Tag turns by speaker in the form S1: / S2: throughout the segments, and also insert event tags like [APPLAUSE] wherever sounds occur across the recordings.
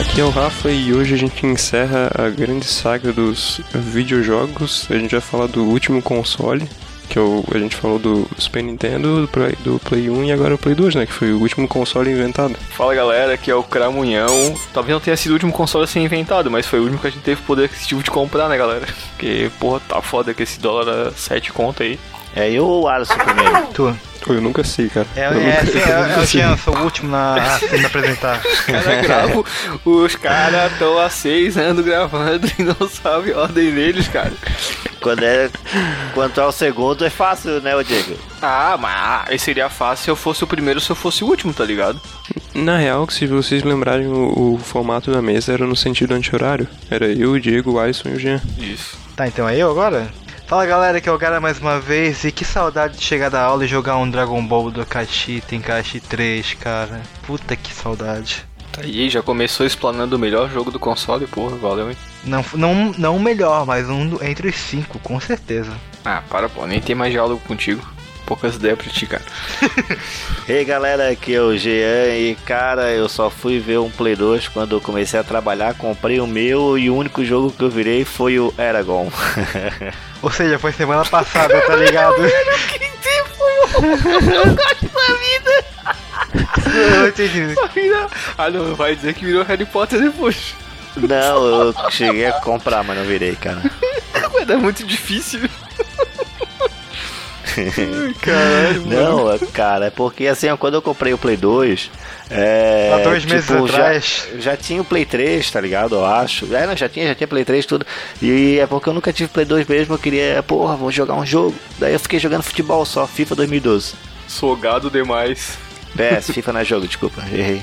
S1: Aqui é o Rafa e hoje a gente encerra a grande saga dos videojogos. A gente vai falar do último console, que é o- a gente falou do Super Nintendo, do Play, do Play 1 e agora o Play 2, né? Que foi o último console inventado.
S2: Fala galera, aqui é o Cramunhão. Talvez não tenha sido o último console a ser inventado, mas foi o último que a gente teve poder aquisitivo de comprar, né galera? Porque, porra, tá foda que esse dólar a 7 conta aí.
S3: É eu ou o Alisson primeiro?
S4: Tu.
S1: Eu nunca sei, cara.
S4: É, é,
S1: eu nunca-
S4: é,
S1: eu
S4: é,
S1: nunca
S4: é o
S1: sei.
S4: Jean, sou o último na, [LAUGHS] a sendo
S2: [LAUGHS]
S4: apresentar.
S2: Cara, gravo, os caras estão há 6 anos gravando e não sabem a ordem deles, cara.
S3: Quando é, quanto ao segundo é fácil, né, ô Diego?
S2: Ah, mas aí seria fácil se eu fosse o primeiro, se eu fosse o último, tá ligado?
S1: Na real, que se vocês lembrarem, o, o formato da mesa era no sentido anti-horário. Era eu, o Diego, o Alisson e o Jean.
S2: Isso.
S4: Tá, então é eu agora? Fala galera, aqui é o Gara mais uma vez e que saudade de chegar da aula e jogar um Dragon Ball do Kashi Tenkaichi 3, cara. Puta que saudade.
S2: Tá aí, já começou explanando o melhor jogo do console, porra, valeu, hein?
S4: Não, não, não o melhor, mas um do- entre os cinco, com certeza.
S2: Ah, para, pô, nem tem mais diálogo contigo. Poucas ideias pra ti, cara.
S3: Ei galera, aqui é o Jean e cara, eu só fui ver um Play 2 quando eu comecei a trabalhar, comprei o meu e o único jogo que eu virei foi o Eragon. [LAUGHS]
S4: Ou seja, foi semana passada, tá ligado?
S2: [LAUGHS]
S4: [LAUGHS] Eu não entendi.
S2: Ah, não, vai dizer que virou Harry Potter depois.
S3: Não, eu cheguei a comprar, mas não virei, cara.
S2: Mas [LAUGHS] é muito difícil. Ai, Caralho, mano.
S3: Não, é- cara, é porque assim, quando eu comprei o Play 2, é.
S4: Há dois meses
S3: já-
S4: atrás.
S3: Já, tinha o Play 3, tá ligado? Eu acho. É, não, já tinha, já tinha Play 3, tudo. E é porque eu nunca tive Play 2 mesmo, eu queria, porra, vou jogar um jogo. Daí eu fiquei jogando futebol só, FIFA 2012.
S2: Sou gado demais.
S3: PS, [LAUGHS] FIFA não é jogo, desculpa, errei.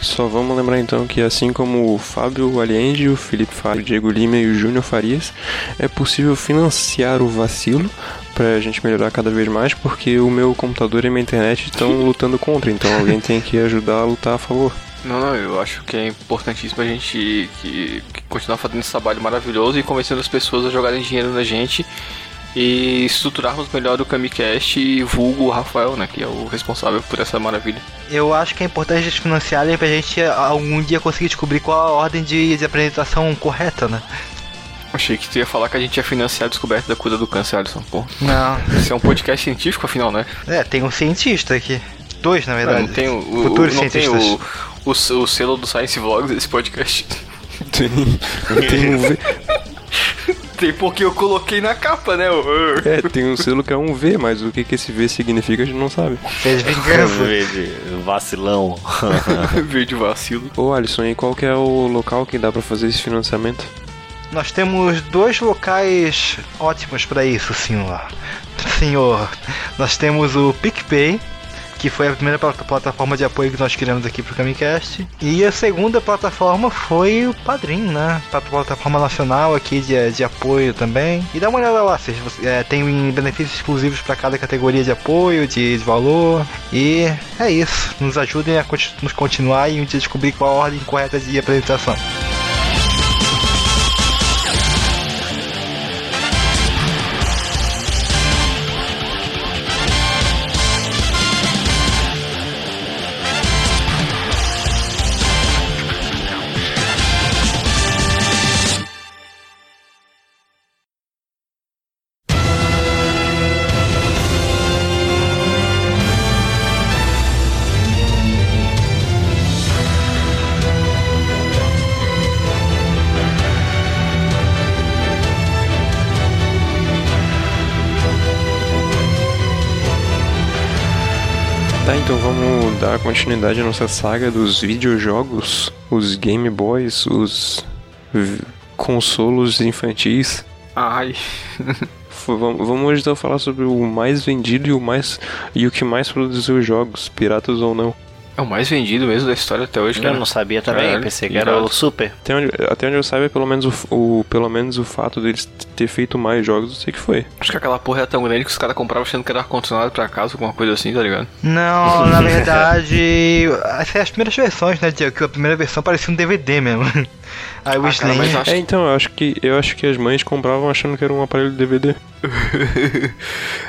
S1: Só vamos lembrar então que assim como o Fábio Allende, o Felipe Fábio, o Diego Lima e o Júnior Farias, é possível financiar o vacilo pra gente melhorar cada vez mais, porque o meu computador e a minha internet estão lutando contra, então alguém tem que ajudar a lutar a favor.
S2: Não, não, eu acho que é importantíssimo a gente que, que continuar fazendo esse trabalho maravilhoso e convencendo as pessoas a jogarem dinheiro na gente e estruturarmos melhor o Camicast e vulgo o Rafael, né, que é o responsável por essa maravilha.
S4: Eu acho que é importante eles financiarem pra gente ah, algum dia conseguir descobrir qual a ordem de, de apresentação correta, né?
S2: Achei que tu ia falar que a gente ia financiar a descoberta da cura do câncer, Alisson, pô.
S4: Não.
S2: Isso é um podcast científico, afinal, né?
S4: É, tem um cientista aqui. Dois, na
S2: Não,
S4: verdade.
S2: não tem o, o-
S4: Futuros
S2: não tem
S4: cientistas.
S2: o, o, o selo do Science Vlogs, esse podcast. [LAUGHS]
S1: Tem, tem um, V-
S2: Tem porque eu coloquei na capa, né? ô?
S1: é, tem um selo que é um V, mas o que, que esse V significa a gente não sabe.
S4: Fez
S2: [LAUGHS]
S3: É,
S4: vingança.
S3: Vacilão.
S2: Vídeo vacilo.
S1: Ô Alisson, e qual que é o local que dá pra fazer esse financiamento?
S4: Nós temos dois locais ótimos pra isso, senhor. Senhor, nós temos o PicPay, que foi a primeira pla- plataforma de apoio que nós criamos aqui pro Camicast. E a segunda plataforma foi o Padrim, né? Pa- Plataforma nacional aqui de, de apoio também. E dá uma olhada lá, vocês, vocês- é, tem benefícios exclusivos pra cada categoria de apoio, de, de valor. E é isso. Nos ajudem a conti- nos continuar e um dia descobrir qual a ordem correta de apresentação.
S1: Tá, então vamos dar continuidade à nossa saga dos videojogos, os Game Boys, os v- consolos infantis.
S2: Ai.
S1: F- vam- Vamos hoje então falar sobre o mais vendido e o mais e o que mais produziu jogos, piratas ou não.
S2: É o mais vendido mesmo da história até hoje,
S3: Eu
S2: cara.
S3: não sabia também,
S2: Caralho,
S3: pensei que era
S2: irado.
S3: o Super.
S1: Até onde, até onde eu saiba, é pelo menos o, f- o- pelo menos o fato deles t- ter feito mais jogos, eu sei que foi.
S2: Acho que aquela porra era tão grande que os caras compravam achando que era ar-condicionado pra casa, alguma coisa assim, tá ligado? [LAUGHS]
S4: Não,
S2: [LAUGHS]
S4: é na verdade, essas são as primeiras versões, né, Diego? Que a primeira versão parecia um DVD mesmo. Aí o
S2: Ah, cara,
S4: Slim.
S2: mas eu acho
S1: É, então, eu acho que eu acho que as mães compravam achando que era um aparelho de DVD.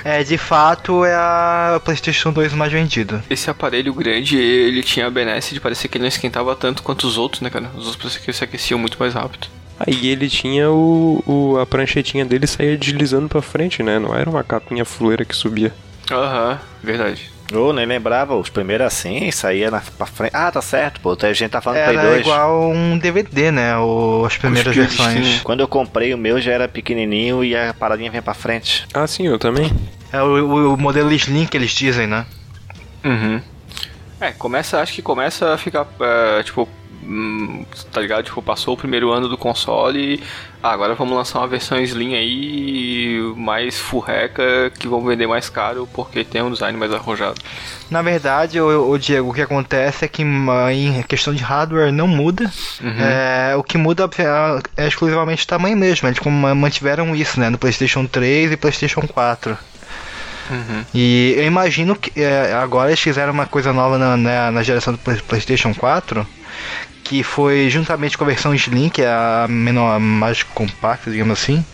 S4: É, de fato, é a PlayStation 2 mais vendido.
S2: Esse aparelho grande, ele tinha a benesse de parecer que ele não esquentava tanto quanto os outros, né, cara? Os outros pareciam que se aqueciam muito mais rápido.
S1: Aí ele tinha o, o- a pranchetinha dele saía deslizando pra frente, né? Não era uma capinha fuleira que subia.
S2: Aham, verdade.
S3: Eu nem lembrava, os primeiros assim, saía na, pra frente. Ah, tá certo, pô, até a gente tá falando Play
S4: Era
S3: 2.
S4: igual um DVD, né? O, as primeiras
S2: que eles
S4: versões.
S3: Quando eu comprei o meu já era pequenininho e a paradinha vinha pra frente.
S1: Ah, sim, eu também.
S4: É o, o- o modelo Slim que eles dizem, né?
S2: Uhum. É, começa, acho que começa a ficar, é, tipo, hum, tá ligado? Tipo, passou o primeiro ano do console, ah, agora vamos lançar uma versão Slim aí, mais furreca, que vão vender mais caro, porque tem um design mais arrojado.
S4: Na verdade, o, o Diego, o que acontece é que ma- em questão de hardware não muda.
S2: Uhum.
S4: É, o que muda é, é exclusivamente o tamanho mesmo. Eles como mantiveram isso, né? No PlayStation 3 e PlayStation 4. E eu imagino que é, agora eles fizeram uma coisa nova na, né, na, na geração do Play- PlayStation 4, que foi juntamente com a versão Slim, que é a menor, a mais compacta, digamos assim,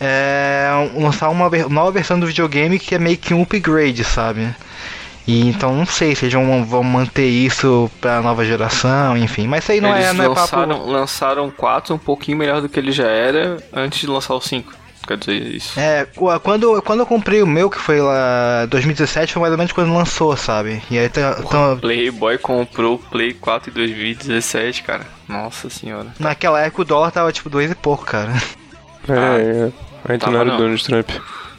S4: é, lançar uma ver- nova versão do videogame que é meio que um upgrade, sabe? E então não sei se eles vão, vão manter isso pra nova geração, enfim. Mas isso aí não,
S2: eles
S4: é, não é papo.
S2: lançaram, lançaram 4 um pouquinho melhor do que ele já era antes de lançar o 5. Quer dizer, isso.
S4: É, qu- quando, quando eu comprei o meu, que foi lá 2017, foi mais ou menos quando lançou, sabe? E aí tá- tão-
S2: Playboy comprou o Play 4 em 2017, cara. Nossa senhora.
S4: naquela época o dólar tava tipo dois e pouco, cara.
S1: É,
S2: Ah,
S1: é. Aí tu
S2: tava
S1: não era o
S2: não.
S1: Donald Trump.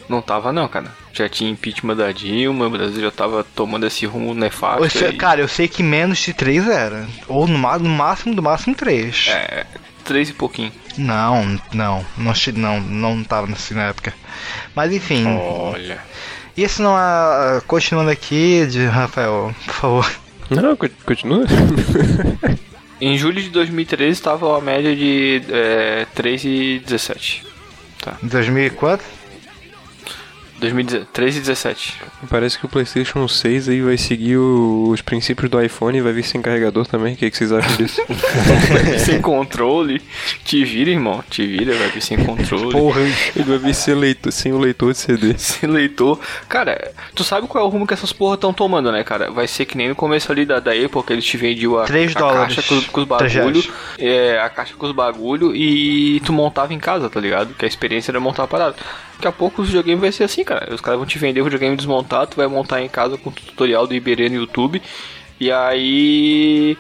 S2: Não tava não, cara. Já tinha impeachment da Dilma, o Brasil já tava tomando esse rumo nefasto.
S4: Eu sei-
S2: aí.
S4: cara, eu sei que menos de três era. Ou no, ma- no máximo, do máximo três.
S2: É, três e pouquinho.
S4: Não, não, não, che- não, não tava assim na época. Mas enfim,
S2: Olha.
S4: isso não é. Continuando aqui, de Rafael, por favor. [LAUGHS]
S1: Não, co- continua. [LAUGHS]
S2: Em julho de 2013 estava a média de é, 3,17.
S4: 2000 e quanto?
S2: 2010
S4: [LAUGHS]
S2: 3,17.
S1: Parece que o PlayStation 6 aí vai seguir o- os princípios do iPhone e vai vir sem carregador também. O que, que vocês acham
S2: [LAUGHS]
S1: disso?
S2: sem controle. Te vira, irmão. Te vira, vai vir sem controle.
S1: Ele vai vir sem, leitor, sem o leitor de CD.
S2: Esse leitor. Cara, tu sabe qual é o rumo que essas porra estão tomando, né, cara? Vai ser que nem no começo ali da, da Apple, que eles te vendiam a,
S4: Três
S2: a
S4: dólares.
S2: caixa com, com os
S4: Três
S2: bagulho. É, a caixa com os bagulho e tu montava em casa, tá ligado? Que a experiência era montar a parada. Daqui a pouco o videogame vai ser assim, cara. Os caras vão te vender o videogame desmontado, tu vai montar em casa com tutorial do Iberê no YouTube. E aí.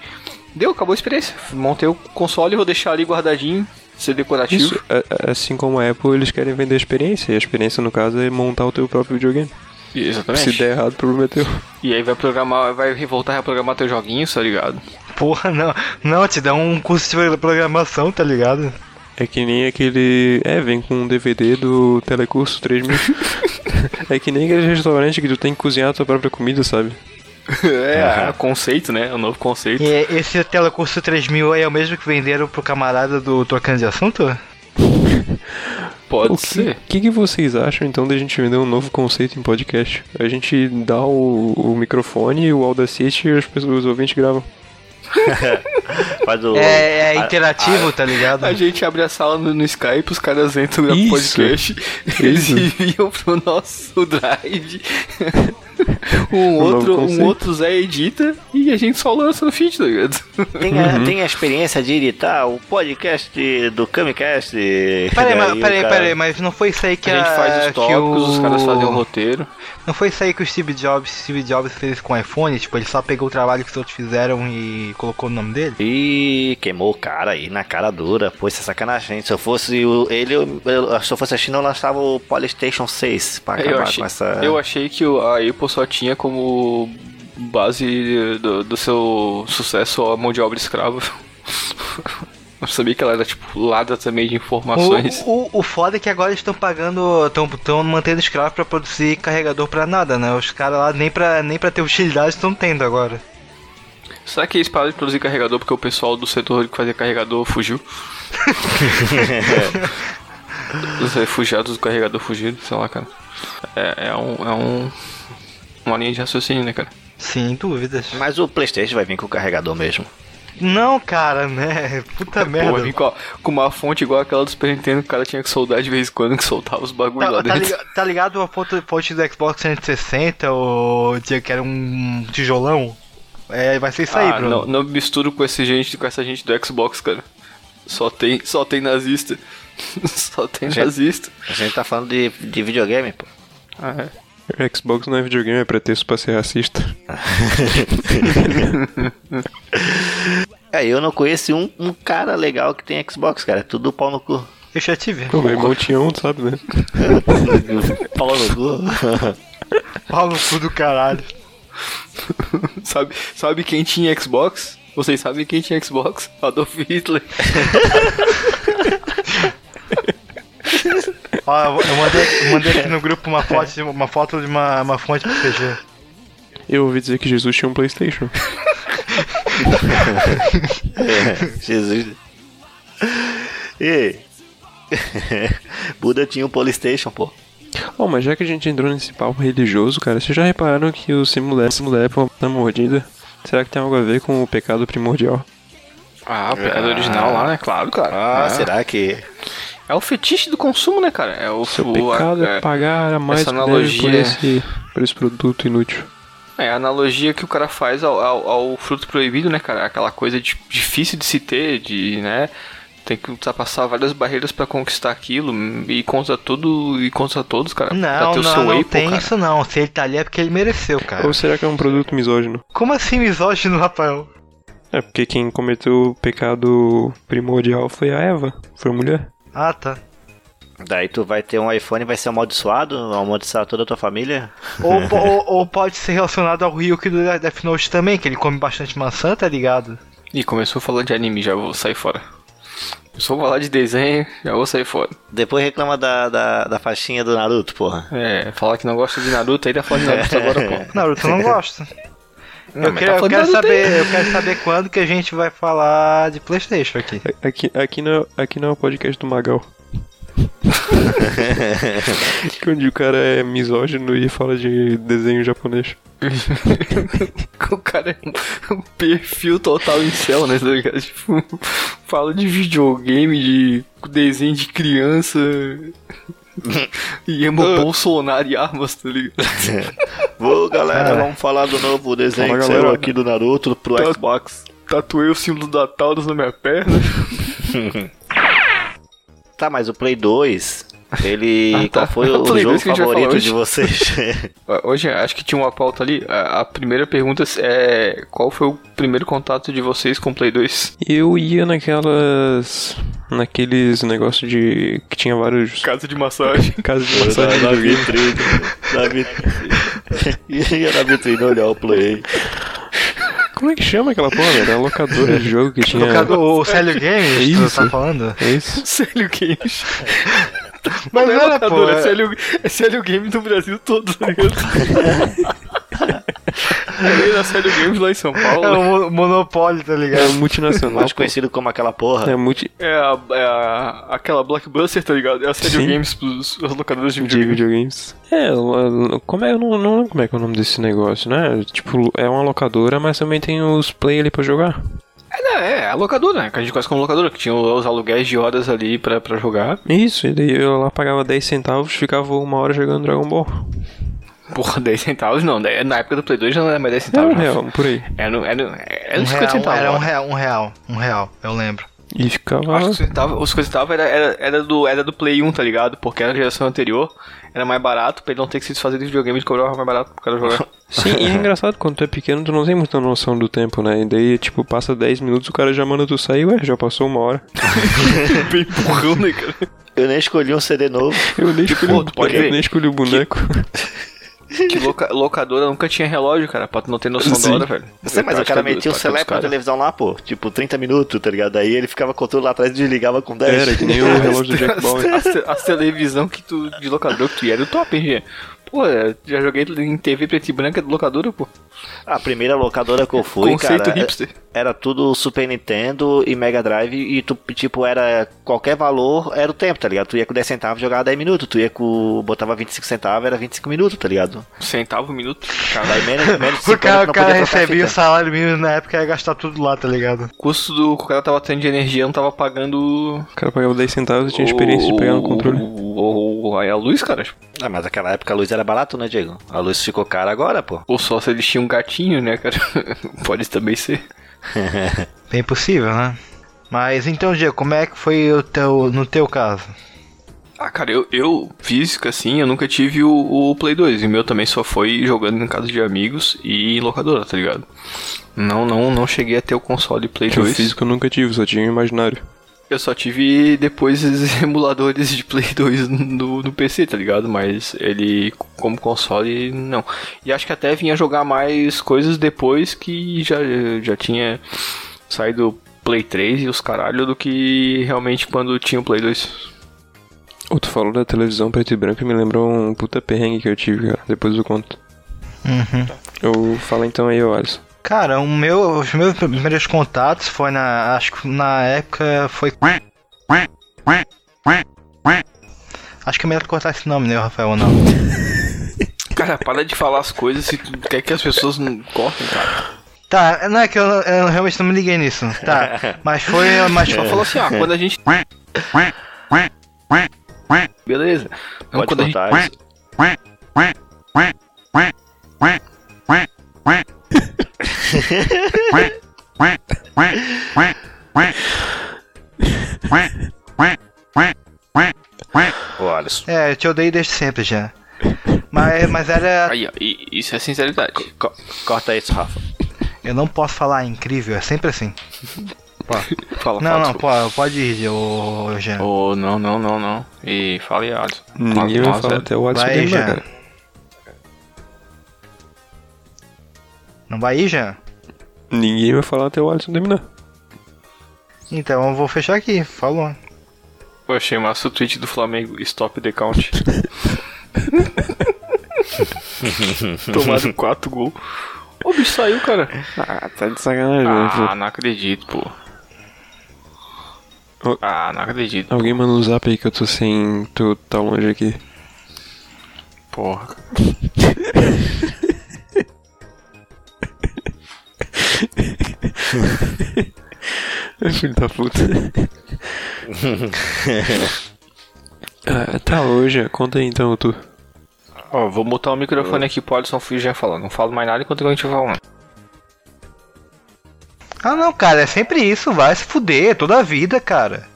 S2: Deu, acabou a experiência. Montei o console, vou deixar ali guardadinho, ser decorativo.
S1: Isso, a- a- assim como a Apple, eles querem vender a experiência. E a experiência, no caso, é montar o teu próprio videogame.
S2: Exatamente.
S1: Se der errado, o problema é teu.
S2: E aí vai programar, vai voltar a reprogramar teu joguinho, tá ligado?
S4: Porra, não. Não, te dá um curso de programação, tá ligado?
S1: É que nem aquele. É, vem com um DVD do Telecurso
S2: [LAUGHS]
S1: 3000. [LAUGHS] é que nem aquele restaurante que tu tem que cozinhar a tua própria comida, sabe?
S2: [LAUGHS] É, o conceito, né? É um novo conceito.
S4: E esse telecurso 3000 aí é o mesmo que venderam pro camarada do Trocando de Assunto?
S2: Pode
S1: o que,
S2: ser.
S1: que, que vocês acham então da gente vender um novo conceito em podcast? A gente dá o, o microfone, o Audacity e as pessoas, os ouvintes gravam.
S3: Faz o.
S4: É, é
S3: a-
S4: interativo, tá ligado?
S2: A gente abre a sala no, no Skype, os caras entram no
S1: Isso.
S2: podcast, eles
S1: Isso.
S2: enviam pro
S1: [LAUGHS]
S2: nosso drive. um,
S1: novo
S2: outro, um
S1: conceito.
S2: outro Zé edita e a gente só lança no feed, tá ligado?
S3: Tem a,
S4: uhum.
S3: tem a experiência de editar o podcast do Camicast.
S4: Peraí,
S3: Daí
S4: mas,
S3: o
S4: peraí,
S3: cara-
S4: peraí, mas não foi isso aí que
S2: a gente faz os
S4: que
S2: tópicos, os caras fazem o
S4: o
S2: roteiro.
S4: Não foi isso aí que o Steve Jobs, Steve Jobs fez com o iPhone? Tipo, ele só pegou o trabalho que os outros fizeram e colocou o nome dele?
S3: Ih, queimou o cara aí na cara dura. Pô, isso é sacanagem. hein? Se eu fosse o- ele, eu, eu- se eu fosse a China, eu lançava o Polystation 6 pra acabar
S2: Eu achei,
S3: com essa.
S2: eu achei que o- a Apple só tinha como base do, do seu sucesso a mão de obra escrava. [LAUGHS] Eu sabia que ela era tipo lada também de informações.
S4: O, o, o foda é que agora eles estão pagando, estão mantendo escravo pra produzir carregador pra nada, né? Os caras lá nem pra, nem pra ter utilidade estão tendo agora.
S2: Será que eles pararam de produzir carregador porque o pessoal do setor que fazia carregador fugiu?
S3: [LAUGHS] É,
S2: Os refugiados do carregador fugiram, sei lá, cara. É, é um. É um. Uma linha de raciocínio, né, cara?
S4: Sem dúvidas.
S3: Mas o PlayStation vai vir com o carregador mesmo.
S4: Não, cara, né? Puta merda.
S2: Pô, vim com, a- com uma fonte igual aquela do Super Nintendo que o cara tinha que soldar de vez em quando, que soltava os bagulhos lá
S4: Tá, tá
S2: dentro.
S4: ligado, tá ligado a ponte, ponte do Xbox 360, o dia que era um tijolão? É, vai ser isso aí,
S2: ah,
S4: Bruno.
S2: não, não misturo com esse gente, com essa gente do Xbox, cara. Só tem, só tem nazista. [LAUGHS] só tem
S3: Gente.
S2: nazista.
S3: A gente tá falando de, de videogame, pô.
S2: Ah, é.
S1: Xbox não é videogame, é pretexto pra ser
S2: [LAUGHS]
S1: racista.
S3: É, eu não conheço um, um cara legal que tem Xbox, cara. É tudo pau no cu.
S4: Eu já tive.
S1: Pô, meu irmão tinha um, sabe, né?
S2: [LAUGHS]
S3: pau no cu?
S4: Pau no cu do caralho.
S2: Sabe, sabe quem tinha Xbox? Vocês sabem quem tinha Xbox? Adolf Hitler.
S4: Ó, eu eu mandei, eu mandei aqui no grupo uma foto, de- uma foto de uma, uma fonte pro PG.
S1: Eu ouvi dizer que Jesus tinha um Playstation.
S3: É, [LAUGHS] Jesus. Ei. [LAUGHS] Buda tinha um Polystation, pô.
S1: Bom, mas já que a gente entrou nesse papo religioso, cara, vocês já repararam que o Simulé Simulé foi uma mordida? Será que tem algo a ver com o pecado primordial?
S2: Ah, o pecado original lá, né? Claro, cara.
S3: Ah,
S2: é.
S3: será que.
S2: É o fetiche do consumo, né, cara? É o
S1: Seu
S2: o-
S1: pecado
S2: a-
S1: é pagar a mais
S2: essa
S1: que deve por
S2: analogia-
S1: esse, por esse produto inútil.
S2: É a analogia que o cara faz ao, ao- ao fruto proibido, né, cara? Aquela coisa de- difícil de se ter, de, né? Tem que ultrapassar várias barreiras pra conquistar aquilo hum, e contra tudo e contra todos, cara. pra
S4: Não,
S2: ter o
S4: não,
S2: Tá, seu
S4: não
S2: Apple,
S4: tem
S2: cara.
S4: isso não. Se ele tá ali é porque ele mereceu, cara.
S1: Ou será que é um produto misógino?
S4: Como assim misógino, Rafael?
S1: É porque quem cometeu o pecado primordial foi a Eva, foi a mulher.
S4: Ah, tá.
S3: Daí tu vai ter um iPhone e vai ser amaldiçoado? Amaldiçoar toda a tua família?
S2: [LAUGHS]
S4: Ou, po- ou- ou pode ser relacionado ao Ryuk do Death Note também, que ele come bastante maçã, tá ligado?
S2: Ih, começou a falar de anime, já vou sair fora. Começou a falar de desenho, já vou sair fora.
S3: Depois reclama da, da, da faixinha do
S2: [LAUGHS]
S3: Naruto, porra.
S2: É, falar que não gosta de Naruto, ainda fala de
S4: [LAUGHS]
S2: Naruto agora, pô.
S4: Naruto não gosta.
S2: Não,
S4: eu
S2: mas
S4: quero,
S2: tá
S4: eu
S2: falando
S4: quero
S2: de Naruto aí.
S4: saber, eu quero saber quando que a gente vai falar de Playstation aqui.
S1: A- Aqui, aqui, não, é- aqui não é o podcast do Magal. Que Onde o cara é misógino e fala de desenho japonês.
S2: [LAUGHS] O cara é um- um perfil total em céu, né? Tá ligado? Tipo, fala de videogame, de desenho de [LAUGHS] criança. E ama Bolsonaro e armas, tá ligado?
S3: Vou, galera, vamos falar do novo desenho
S1: Fala,
S3: que
S1: galera.
S3: saiu aqui do Naruto pro
S2: Tá.
S3: Xbox.
S2: Tatuei o símbolo da Taurus na minha perna.
S3: Tá, mas o Play 2, ele.
S2: Ah, tá.
S3: Qual foi
S2: O [LAUGHS]
S3: o,
S2: Play
S3: jogo
S2: 2 que a gente vai falar
S3: favorito
S2: hoje.
S3: de vocês?
S2: [LAUGHS] Hoje, acho que tinha uma pauta ali. A, a primeira pergunta é: Qual foi o primeiro contato de vocês com o Play 2?
S1: Eu ia naquelas. naqueles negócios de. que tinha vários.
S2: Casa de massagem. [LAUGHS]
S1: Casas de
S3: na,
S1: massagem.
S3: na vitrine. Na vitrine. [LAUGHS] Ia na vitrine olhar né? o Play.
S1: Como é que chama aquela porra, velho? Era uma locadora de jogo que tinha.
S4: Colocado o Célio Games, tu tá
S1: Isso.
S4: falando?
S1: É isso?
S2: Célio Games.
S4: Mas
S2: Não é
S4: era, pô,
S2: locadora, é
S4: é-
S2: Célio, é Célio Game do Brasil todo, tá
S4: [LAUGHS]
S2: ligado? É Eu ia na Célio Games lá em São
S4: é
S2: Paulo.
S4: o mo- monopólio, tá ligado?
S1: É multinacional.
S3: Mais conhecido como aquela porra.
S1: É multi.
S2: É, a, é a- aquela Blockbuster, tá ligado? É a Célio
S1: Sim.
S2: Games pros as locadoras de
S1: de
S2: videogame.
S1: videogames. É, l- l- como é, eu não, não lembro como é que é o nome desse negócio, né? Tipo, é uma locadora, mas também tem os play ali pra jogar.
S2: É, é, a locadora, né? Que a gente conhece como locadora, que tinha os aluguéis de horas ali pra, pra jogar.
S1: Isso, e daí eu lá pagava 10 centavos, ficava uma hora jogando Dragon Ball.
S2: [LAUGHS] Porra, 10 centavos não. né? Na época do Play 2 já não era mais 10
S1: Era um
S2: centavos. já.
S1: real, por aí.
S2: Era, no- era, no- era
S4: É, Um
S2: uns 50
S4: real,
S2: centavos.
S4: era um
S2: eu então,
S4: real, um real, um real, eu lembro.
S1: E ficava.
S2: Acho que os 50 centavos- os 50 centavos era, era, era do, era do Play 1, tá ligado? Porque era a geração anterior, era mais barato, pra ele não ter que se desfazer do videogame, ele cobrava mais barato pro cara jogar.
S1: Sim, [LAUGHS] e é engraçado, quando tu é pequeno, tu não tem muita noção do tempo, né? E daí, tipo, passa 10 minutos, o cara já manda tu sair, ué, já passou uma hora.
S2: Bem burrão, né, cara?
S3: Eu nem escolhi um CD novo.
S1: Eu [LAUGHS] nem escolhi,
S2: Pô, tu pode
S1: eu
S2: ver.
S1: nem escolhi o boneco.
S2: Que loca- locadora nunca tinha relógio, cara, pra tu não ter noção
S1: Sim.
S2: da hora, velho.
S3: Não sei, mas o
S2: Acho
S3: cara
S2: que é do-
S3: metia o
S2: pra
S3: select
S2: todos
S3: na
S2: os caras.
S3: um televisão lá, pô. Tipo, 30 minutos, tá ligado? Aí ele ficava com tudo lá atrás e desligava com 10.
S1: [LAUGHS] Era que nem
S3: [LAUGHS]
S1: o relógio do Jack Bauer.
S2: é As, te- as televisão que tu, de locador que tu ia, era o top, hein, Gê? Pô, é, já joguei em TV preto e branca de locadora, pô.
S3: A primeira locadora que eu fui,
S2: Conceito
S3: cara. é,
S2: hipster.
S3: era tudo Super Nintendo e Mega Drive e tu, tipo, era qualquer valor, era o tempo, tá ligado? Tu ia com 10 centavos, jogava 10 minutos, tu ia com, botava 25 centavos, era 25 minutos, tá ligado?
S2: Centavo, minuto.
S3: Cara, aí menos, menos
S4: [LAUGHS]
S3: de
S4: O
S3: 50
S4: cara,
S3: não
S4: o cara
S2: tá
S3: podia trocar
S4: recebia o
S3: fita.
S4: salário mínimo na época ia gastar tudo lá, tá ligado?
S2: O custo do que o cara tava tendo de energia não tava pagando.
S1: O cara pagava 10 centavos e tinha experiência de pegar no controle.
S2: O, o, aí a luz, cara. tipo,
S3: Ah, mas naquela época a luz era barato, né, Diego? A luz ficou cara agora, pô.
S2: Ou só se eles tinham um gatinho, né, cara? [LAUGHS] Pode também ser.
S4: Bem possível, né? Mas então, Diego, como é que foi o teu, no teu caso?
S2: Ah, cara, eu, eu física, assim, eu nunca tive o, o Play 2. E o meu também só foi jogando em casa de amigos e em locadora, tá ligado? Não, não, não cheguei a ter o console Play
S1: Que o
S2: 2.
S1: físico eu nunca tive, só tinha o imaginário.
S2: Eu só tive depois esses [LAUGHS] emuladores de Play 2 no, no PC, tá ligado? Mas ele, como console, não. E acho que até vinha jogar mais coisas depois que já, já tinha saído o Play 3 e os caralho do que realmente quando tinha o Play 2.
S1: Ou tu falou da televisão preto e branco e me lembrou um puta perrengue que eu tive, cara. Depois eu conto.
S4: Uhum.
S1: Eu falo então aí, ô Alisson.
S4: Cara, o meu, os meus primeiros contatos foi na. Acho que na época foi. Acho que é melhor cortar esse nome, né, Rafael? Não.
S2: Cara, para de falar as coisas se tu quer que as pessoas não cortem, cara.
S4: Tá, não é que eu, eu realmente não me liguei nisso. Tá, mas foi. Mas
S2: Só falou assim, ah, quando a gente. Beleza. Não,
S3: Pode
S2: quando a gente-
S3: cortar isso. Ô, Alisson.
S4: É, eu te odeio desde sempre já. Mas, mas era.
S2: Aí, ó, i- isso é sinceridade.
S3: co- corta isso, Rafa.
S4: Eu não posso falar incrível, é sempre assim.
S2: Fala,
S4: Não,
S2: fala,
S4: não,
S2: desculpa.
S4: pode, pode ir, ô Jean.
S2: Oh, não, não, não, não. E fala aí, Alisson.
S1: Ninguém vai falar até o Alisson
S4: Vai,
S1: lembrar,
S4: Jean.
S1: cara.
S4: Não vai ir, Jean?
S1: Ninguém vai falar até o Alisson terminar.
S4: Então eu vou fechar aqui, falou.
S2: Eu achei massa o tweet do Flamengo, stop the [LAUGHS] count. Tomado 4 gols. O bicho saiu, cara.
S1: Ah, tá de sacanagem,
S2: Ah, não acredito, pô.
S1: Ô.
S2: Ah, não acredito,
S1: Alguém manda um zap aí que eu tô sem. tô tá longe aqui.
S2: porra.
S1: [LAUGHS] Filho da puta. [LAUGHS] ah, tá hoje, conta aí então, [LAUGHS] tu.
S2: Ó, vou botar o microfone aqui pro Alisson Fui já falando. Não falo mais nada enquanto a gente vai falando.
S4: Ah não, cara, é sempre isso, vai se fuder, é toda a vida, cara.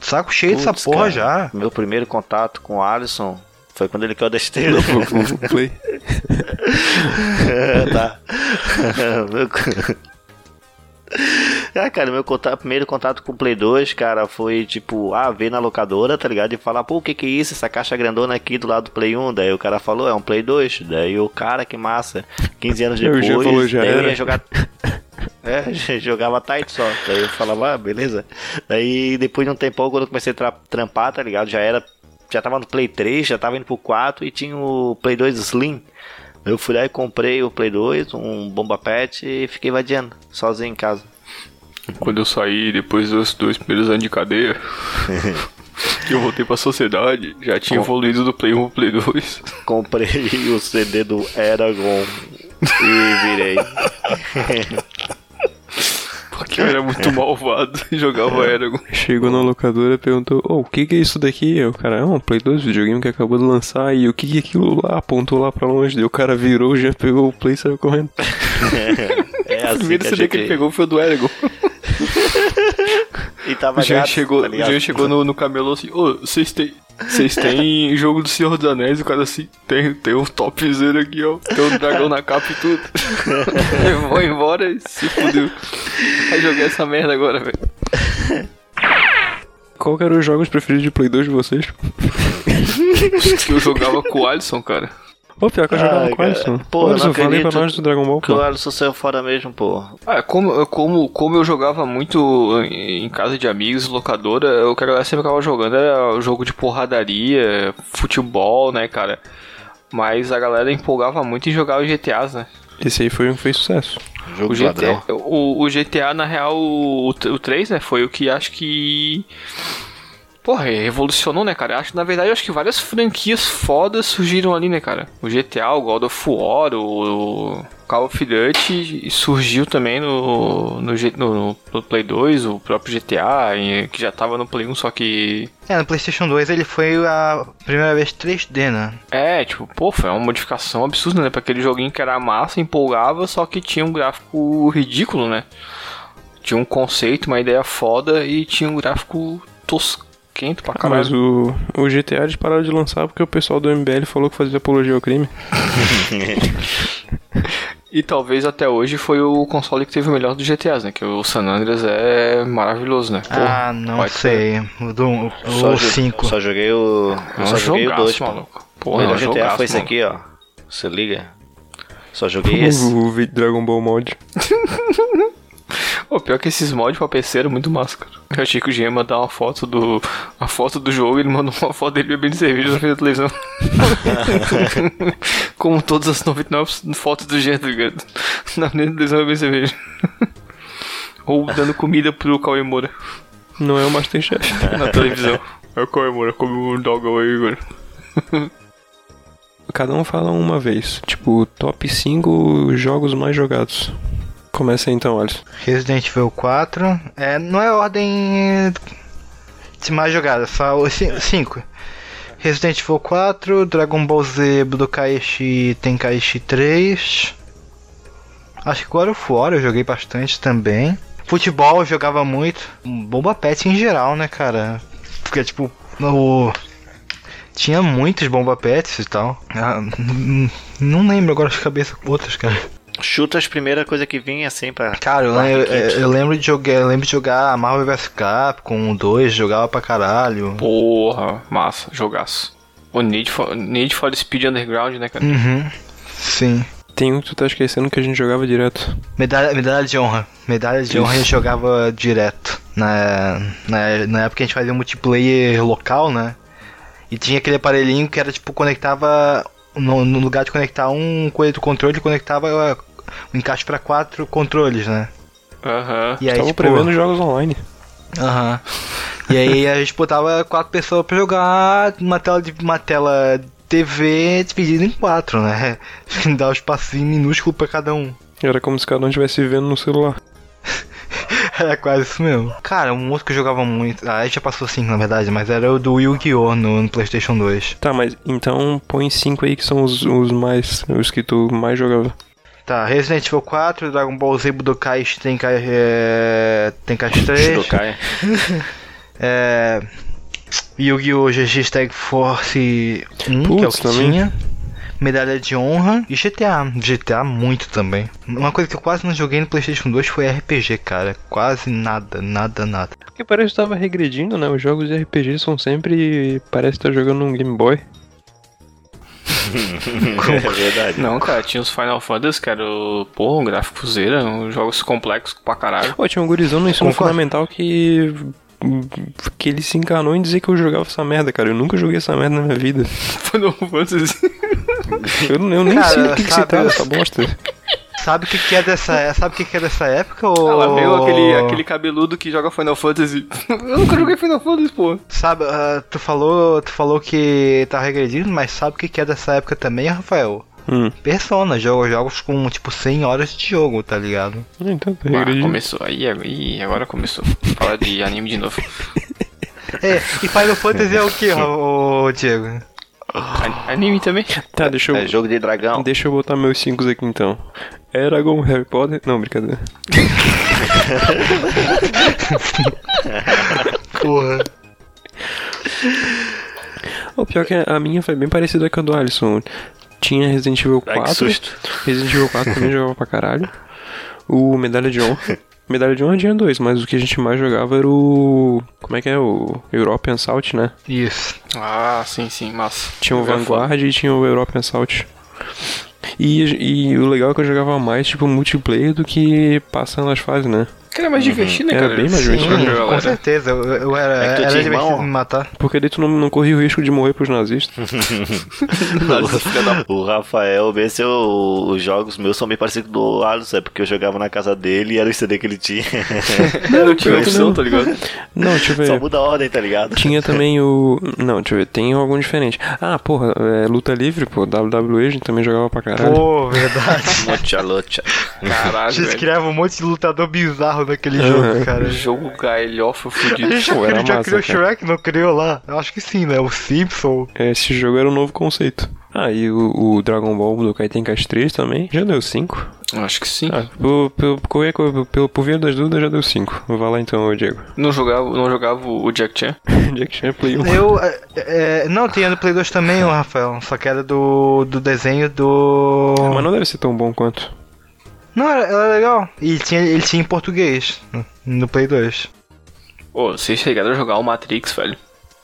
S4: Saco cheio dessa
S3: Putz,
S4: porra
S3: cara,
S4: já.
S3: Meu primeiro contato com o Alisson foi quando ele caiu da
S1: [LAUGHS]
S3: esteira.
S1: Play.
S3: tá. [LAUGHS] Meu co- ah, cara, meu contato, primeiro contato com o Play 2, cara, foi tipo, ah, ver na locadora, tá ligado? E falar, pô, o que que é isso? Essa caixa grandona aqui do lado do Play 1. Daí o cara falou, é um Play 2. Daí o cara, que massa. 15 anos
S1: Eu
S3: depois,
S1: já falou, já
S3: daí eu
S1: era.
S3: ia jogar. É, [LAUGHS] jogava tight só. Daí eu falava, ah, beleza. Daí depois de um tempão, quando eu comecei a tra- trampar, tá ligado? Já era. Já tava no Play 3, já tava indo pro 4 e tinha o Play 2 Slim. Eu fui lá e comprei o Play 2, um bomba pet e fiquei vadiando, sozinho em casa.
S2: Quando eu saí, depois dos dois primeiros anos de [LAUGHS] cadeia, que eu voltei pra sociedade, já tinha evoluído do Play 1 pro Play 2.
S3: Comprei [LAUGHS] o CD do Eragon e virei.
S2: [LAUGHS] [LAUGHS] Porque eu era muito malvado e [LAUGHS] jogava Eragon.
S1: Chegou na locadora e perguntou: Ô, o que que é isso daqui? Aí o cara, é um Play 2 videogame que acabou de lançar. E o que que é aquilo lá? Apontou lá pra longe. Daí o cara virou, já pegou o Play e saiu correndo.
S3: É
S2: O
S3: assim
S2: primeiro
S3: que a
S2: CD que ele
S3: gente...
S2: pegou foi o do Eragon.
S3: E
S2: O
S3: tava
S2: Jean
S3: gato,
S2: chegou,
S3: tá
S2: o
S3: ligado?
S2: Jean chegou no, no camelô assim, ô, vocês têm. Vocês
S3: [LAUGHS]
S2: têm jogo do Senhor dos Anéis, o cara assim, tem, tem um top zero aqui, ó. Tem um dragão na capa e
S3: [LAUGHS]
S2: tudo. Eu vou embora e se fudeu. Vai jogar essa merda agora, velho.
S1: Qual que eram os jogos preferidos de Play 2 de vocês?
S2: Que eu jogava com o Alisson, cara.
S1: Ô, pior que eu jogava com
S3: Ai,
S1: o
S3: Ah, cara.
S1: Alisson.
S3: Pô,
S1: Ô, Alisson,
S3: não
S1: falei pra
S3: acredito.
S1: nós do Dragon Ball. pô.
S3: Claro, sou seu fora mesmo, pô.
S2: Ah, como, como, como eu jogava muito em em casa de amigos, locadora, eu quero eu sempre acabava jogando, era o jogo de porradaria, futebol, né, cara? Mas a galera empolgava muito em jogar os GTAs, né?
S1: Esse aí foi um que fez sucesso.
S3: Jogo
S2: O
S3: de ladrão.
S2: GTA, o, o GTA, na real, o, o 3, né? Foi o que acho que. Porra, revolucionou, né, cara? Acho, na verdade, eu acho que várias franquias fodas surgiram ali, né, cara? O GTA, o God of War, o Call of Duty surgiu também no, no, G- no- no Play 2, o próprio GTA, e- que já tava no Play 1, só que.
S4: É, no PlayStation 2 ele foi a primeira vez 3D, né?
S2: É, tipo, pô, foi uma modificação absurda, né? Pra aquele joguinho que era massa, empolgava, só que tinha um gráfico ridículo, né? Tinha um conceito, uma ideia foda e tinha um gráfico tosquento pra caralho.
S1: Ah, Mas o, o GTA eles pararam de lançar porque o pessoal do MBL falou que fazia apologia ao crime.
S2: E talvez até hoje foi o console que teve o melhor dos GTAs, né? Que o San Andreas é maravilhoso, né? Porra,
S4: ah, não
S2: pode
S4: sei. O do um-
S3: Só
S4: o
S3: jo-
S4: 5.
S3: Só joguei o.
S2: é
S3: Eu
S2: um
S3: só joguei o
S2: jogaço,
S3: 2, mano.
S2: maluco.
S3: O
S2: Porra, é um
S3: melhor GTA
S2: jogaço,
S3: foi esse
S2: mano.
S3: aqui, ó. Se liga. Só
S1: [LAUGHS]
S3: joguei esse.
S1: O, vídeo Dragon Ball Mod.
S2: Pô, pior que esses mods pra PC eram é muito massa, cara. Eu achei que o Jean ia mandar uma foto do. Uma foto do jogo, ele mandou uma foto dele bebendo cerveja na frente da televisão. Como todas as 99 fotos do Jean, tá ligado? Na frente da televisão bebendo cerveja. Ou dando comida pro Cauê Moura
S1: Não é o Masterchef.
S2: na televisão. [LAUGHS] É o Cauê Moura, come um dogão aí, agora.
S1: Cada um fala uma vez. Tipo, top 5 jogos mais jogados. Começa aí então, Alisson.
S4: Resident Evil 4. É, não é ordem de mais jogada, é só o 5. Resident Evil 4, Dragon Ball Z Budokai X Tenkaichi 3. Acho que God of War eu joguei bastante também. Futebol eu jogava muito. Bomba Pet em geral, né, cara? Porque, tipo, no... tinha muitos Bomba Pets e tal. Ah, n- n- não lembro agora de cabeça outras, cara.
S3: Chuta as primeiras coisas que vinha assim pra.
S4: Cara, eu,
S3: Mark
S4: eu-
S3: Kent.
S4: eu lembro de jogar, eu lembro de jogar Marvel vs Capcom 2, jogava pra caralho.
S2: Porra, massa, jogaço. O Need for, Need for Speed Underground, né, cara?
S4: Uhum. Sim.
S1: Tem um que tu tá esquecendo que a gente jogava direto.
S4: Medalha, medalha de honra. Medalha de honra eu jogava direto. Na, na, na época a gente fazia um multiplayer local, né? E tinha aquele aparelhinho que era tipo, conectava. No, no lugar de conectar um coelho do controle, conectava ó, um encaixe pra quatro controles, né?
S2: Aham.
S4: E aí,
S1: Tava
S4: tipo,
S1: prevendo jogos online.
S4: Aham. E aí a gente botava quatro pessoas pra jogar uma tela de uma tela TV dividida em quatro, né? [LAUGHS] Dá um espacinho minúsculo pra cada um. [LAUGHS]
S1: Era como se cada um estivesse vivendo no celular.
S4: Era quase isso mesmo. Cara, um outro que eu jogava muito. Ah, já passou cinco na verdade, mas era o do Yu-Gi-Oh! No, no PlayStation 2.
S1: Tá, mas então põe 5 aí que são os, os mais. Os que tu mais jogava.
S4: Tá, Resident Evil 4, Dragon Ball Z Budokai Tenkaichi é, Tenkaichi
S3: [LAUGHS]
S4: 3.
S3: Shidokai.
S4: É. Yu-Gi-Oh! GX Tag Force 1, que é o
S1: Putz,
S4: que
S1: também.
S4: tinha. Medalha de honra e GTA. GTA muito também. Uma coisa que eu quase não joguei no PlayStation 2 foi RPG, cara. Quase nada, nada, nada.
S1: Porque parece que tava regredindo, né? Os jogos de RPG são sempre. Parece que tá jogando um Game Boy.
S3: É verdade.
S2: Não, cara, tinha os Final Fantasy, que era, o- porra, um gráfico zera, uns jogos complexos pra caralho. [LAUGHS]
S1: Pô, tinha um gurizão no ensino
S4: Concordo.
S1: fundamental que. que ele se encanou em dizer que eu jogava essa merda, cara. Eu nunca joguei essa merda na minha vida.
S2: Final Fantasy.
S1: Eu, eu nem
S4: Cara,
S1: sei do que, que se
S4: sabe-
S1: trata essa bosta.
S4: Sabe o que, que é dessa. Sabe o que, que é dessa época? Ou...
S2: Ela veio Tá aquele, aquele cabeludo que joga Final Fantasy. [LAUGHS] Eu nunca joguei Final Fantasy, pô.
S4: Sabe, ah, tu falou. Tu falou que tá regredindo, mas sabe o que, que é dessa época também, Rafael?
S1: Hum.
S4: Persona, joga jogos com tipo 100 horas de jogo, tá ligado?
S1: Então, tá
S2: Ah,
S1: regredindo.
S2: começou, aí, aí, agora começou. Falar de anime de novo.
S4: É, e Final Fantasy é o que, ô Diego?
S2: [LAUGHS] An- anime também?
S1: Tá, deixa eu.
S3: É jogo de
S1: [LAUGHS]
S3: dragão.
S1: Deixa eu botar meus 5 aqui então. Eragon, Harry Potter. Não, brincadeira.
S4: [LAUGHS] Porra.
S1: O pior é que a minha foi bem parecida com a do Alisson. Tinha Resident Evil 4.
S3: Ai, que susto.
S1: Resident Evil 4
S3: [LAUGHS]
S1: também jogava pra caralho. O Medalha de Honra. Medalha de Honra tinha dois, mas o que a gente mais jogava era o. Como é que é? O European Salt, né?
S4: Isso.
S2: Ah, sim, sim, massa.
S1: Tinha o
S2: Jogar foda.
S1: Vanguard e tinha o European Assault. E, e o legal é que eu jogava mais, tipo, multiplayer do que passando as fases, né?
S2: Que era mais divertido, né,
S1: Era
S2: cara?
S1: bem mais divertido.
S2: Sim, né?
S1: Sim,
S4: Hum, Com certeza, eu, eu era,
S3: É que tu
S4: era
S3: tinha
S4: divertido
S3: irmão?
S4: me matar.
S1: Porque daí tu não, não corria o risco de morrer pros nazistas.
S3: o Rafael, esse eu, os jogos meus são meio parecidos do Alisson, é porque eu jogava na casa dele e era o CD que ele tinha.
S2: Era o time
S1: pior que
S2: opção,
S1: não.
S2: tá ligado?
S1: Não, deixa eu
S3: [LAUGHS] Só
S1: ver.
S3: muda a ordem,
S1: [LAUGHS]
S3: tá ligado?
S1: Tinha também o. Não, deixa eu ver, tem algum diferente. Ah, porra, é, luta livre, pô, WWE a gente também jogava pra
S4: É.
S1: caralho.
S3: [LAUGHS]
S4: Pô, verdade.
S3: Mocha locha.
S2: [LAUGHS] Caralho,
S4: Eles
S2: velho.
S4: criavam um monte de lutador bizarro naquele
S1: Uhum.
S4: jogo, cara.
S2: Jogo galhofa [LAUGHS] fudido.
S4: Ele já,
S1: Pô, era
S4: ele já
S1: massa,
S4: criou o
S1: cara.
S4: Shrek, não criou lá? Eu acho que sim, né? O Simpson.
S1: Esse jogo era um novo conceito. Ah, e o, o Dragon Ball do Kaitenkas 3 também já deu 5.
S2: Eu Acho que sim.
S1: Ah, por, por, qualquer coisa- por, por via das dúvidas já deu 5. Vai lá então, ô Diego. [LAUGHS]
S2: Não jogava, não jogava o Jack Chan.
S1: Jack Chan Play 1.
S4: [LAUGHS] Eu. é, é, não, tinha no Play 2 também, o Rafael. Só que era do, do desenho do.
S1: Mas não deve ser tão bom quanto.
S4: Não, era, era legal. E tinha, ele tinha em português no, no Play 2.
S2: Ô, vocês chegaram a jogar o Matrix, velho.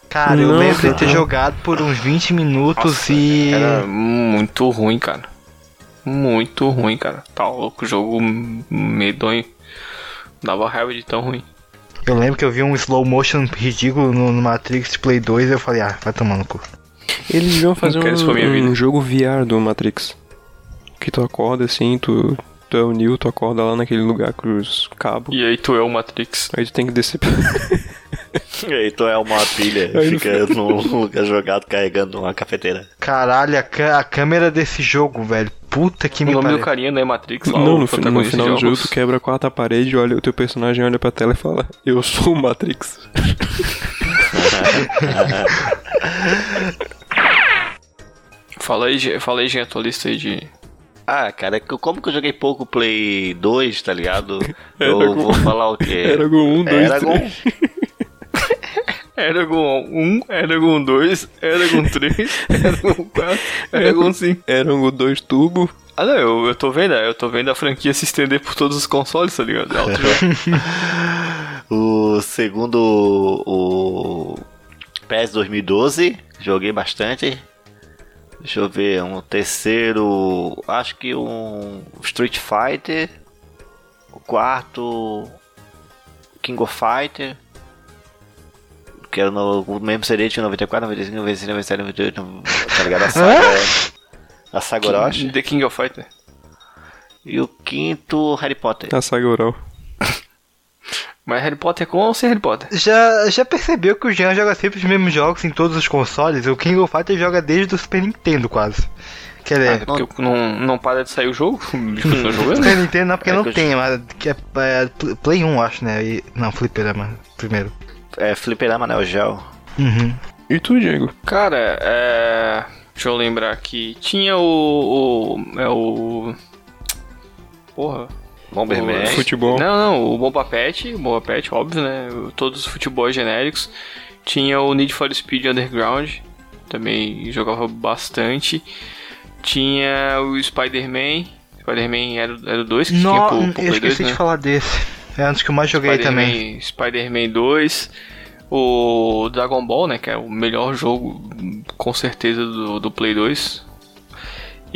S4: Cara, eu
S1: Não,
S4: lembro de ter
S1: cara.
S4: jogado por uns 20 minutos e.
S2: Era muito ruim, cara. Muito ruim, cara. Tá louco, jogo medonho. Dava raiva de tão ruim.
S4: Eu lembro que eu vi um slow motion ridículo no, no Matrix de Play 2 e eu falei, ah, vai tomar no cu.
S1: Eles deviam fazer
S2: quero isso pra minha
S1: um,
S2: vida.
S1: um jogo VR do Matrix. Que tu acorda assim, tu, tu é o Neo, tu acorda lá naquele lugar com os cabos.
S2: E aí tu é o Matrix.
S1: Aí tu tem que descer pra...
S3: Então é uma pilha,
S1: Aí no
S3: fica num lugar jogado carregando uma cafeteira.
S4: Caralho, a, ca- a câmera desse jogo, velho. Puta que
S2: O
S4: me
S2: nome do
S4: pariu.
S2: carinha não é Matrix, lá
S1: Não,
S2: o
S1: no, fi- no
S2: protagonista
S1: final
S2: de
S1: do jogo
S2: jogos.
S1: tu quebra a quarta parede, olha, o teu personagem olha pra tela e fala Eu sou o Matrix.
S2: Fala aí, Gê- fala aí, Gê, a tua lista aí de...
S3: Ah, cara, que- como que eu joguei pouco Play 2, tá ligado?
S1: Era
S3: Eu
S1: com-
S3: vou falar
S1: [LAUGHS]
S3: o quê? É,
S1: Eragon 1, 2,
S3: Era
S1: 3.
S3: com-
S2: Eragon 1, Eragon 2,
S1: [LAUGHS]
S2: Eragon 3, Eragon 4, Eragon 5.
S1: Eragon 2 um, Turbo.
S2: Ah, não, eu, eu tô vendo, eu tô vendo a franquia se estender por todos os consoles, tá ligado? É outro jogo.
S3: O segundo. O. PES 2012. Joguei bastante. Deixa eu ver. Um terceiro. Acho que um. Street Fighter. O quarto. King of Fighter. Que era no, o mesmo seria de 94, 95, 96, 97, 98. no- Tá ligado?
S1: [LAUGHS]
S3: A saga. a saga Orochi.
S2: The King of Fighter.
S3: E o quinto, Harry Potter.
S1: A saga oral.
S2: Mas Harry Potter é com ou sem Harry Potter?
S4: Já, já percebeu que o Jean joga sempre os mesmos jogos em todos os consoles? O King of Fighters joga desde o Super Nintendo, quase. Quer
S2: É,
S4: dizer,
S2: porque eu- não, não para de sair o jogo, [LAUGHS] continua jogando.
S4: Super Nintendo
S2: [LAUGHS]
S4: não, porque
S3: É que
S4: não
S3: eu-
S4: tem, mas que é, é Pl- Play 1, acho, né? E, não, Fliperama, primeiro.
S3: É, Fliperama Neo Geo.
S4: Uhum.
S1: E tu, Diego?
S2: Cara, é... Deixa eu lembrar aqui. Tinha o... o é o... Porra.
S3: Bomberman.
S2: O-
S1: Futebol.
S2: Não, não, o Bomba Pet, o Bomba Pet, óbvio, né? Todos os futebols genéricos. Tinha o Need for Speed Underground, também jogava bastante. Tinha o Spider-Man, Spider-Man era, o- era o 2 que tinha pro,
S4: Não,
S2: pro
S4: eu
S2: Play 2,
S4: esqueci
S2: né? Tipo
S4: de falar desse. É um dos que eu mais joguei
S2: Spider-Man
S4: também.
S2: Spider-Man 2, o Dragon Ball, né? Que é o melhor jogo, com certeza, do, do Play 2.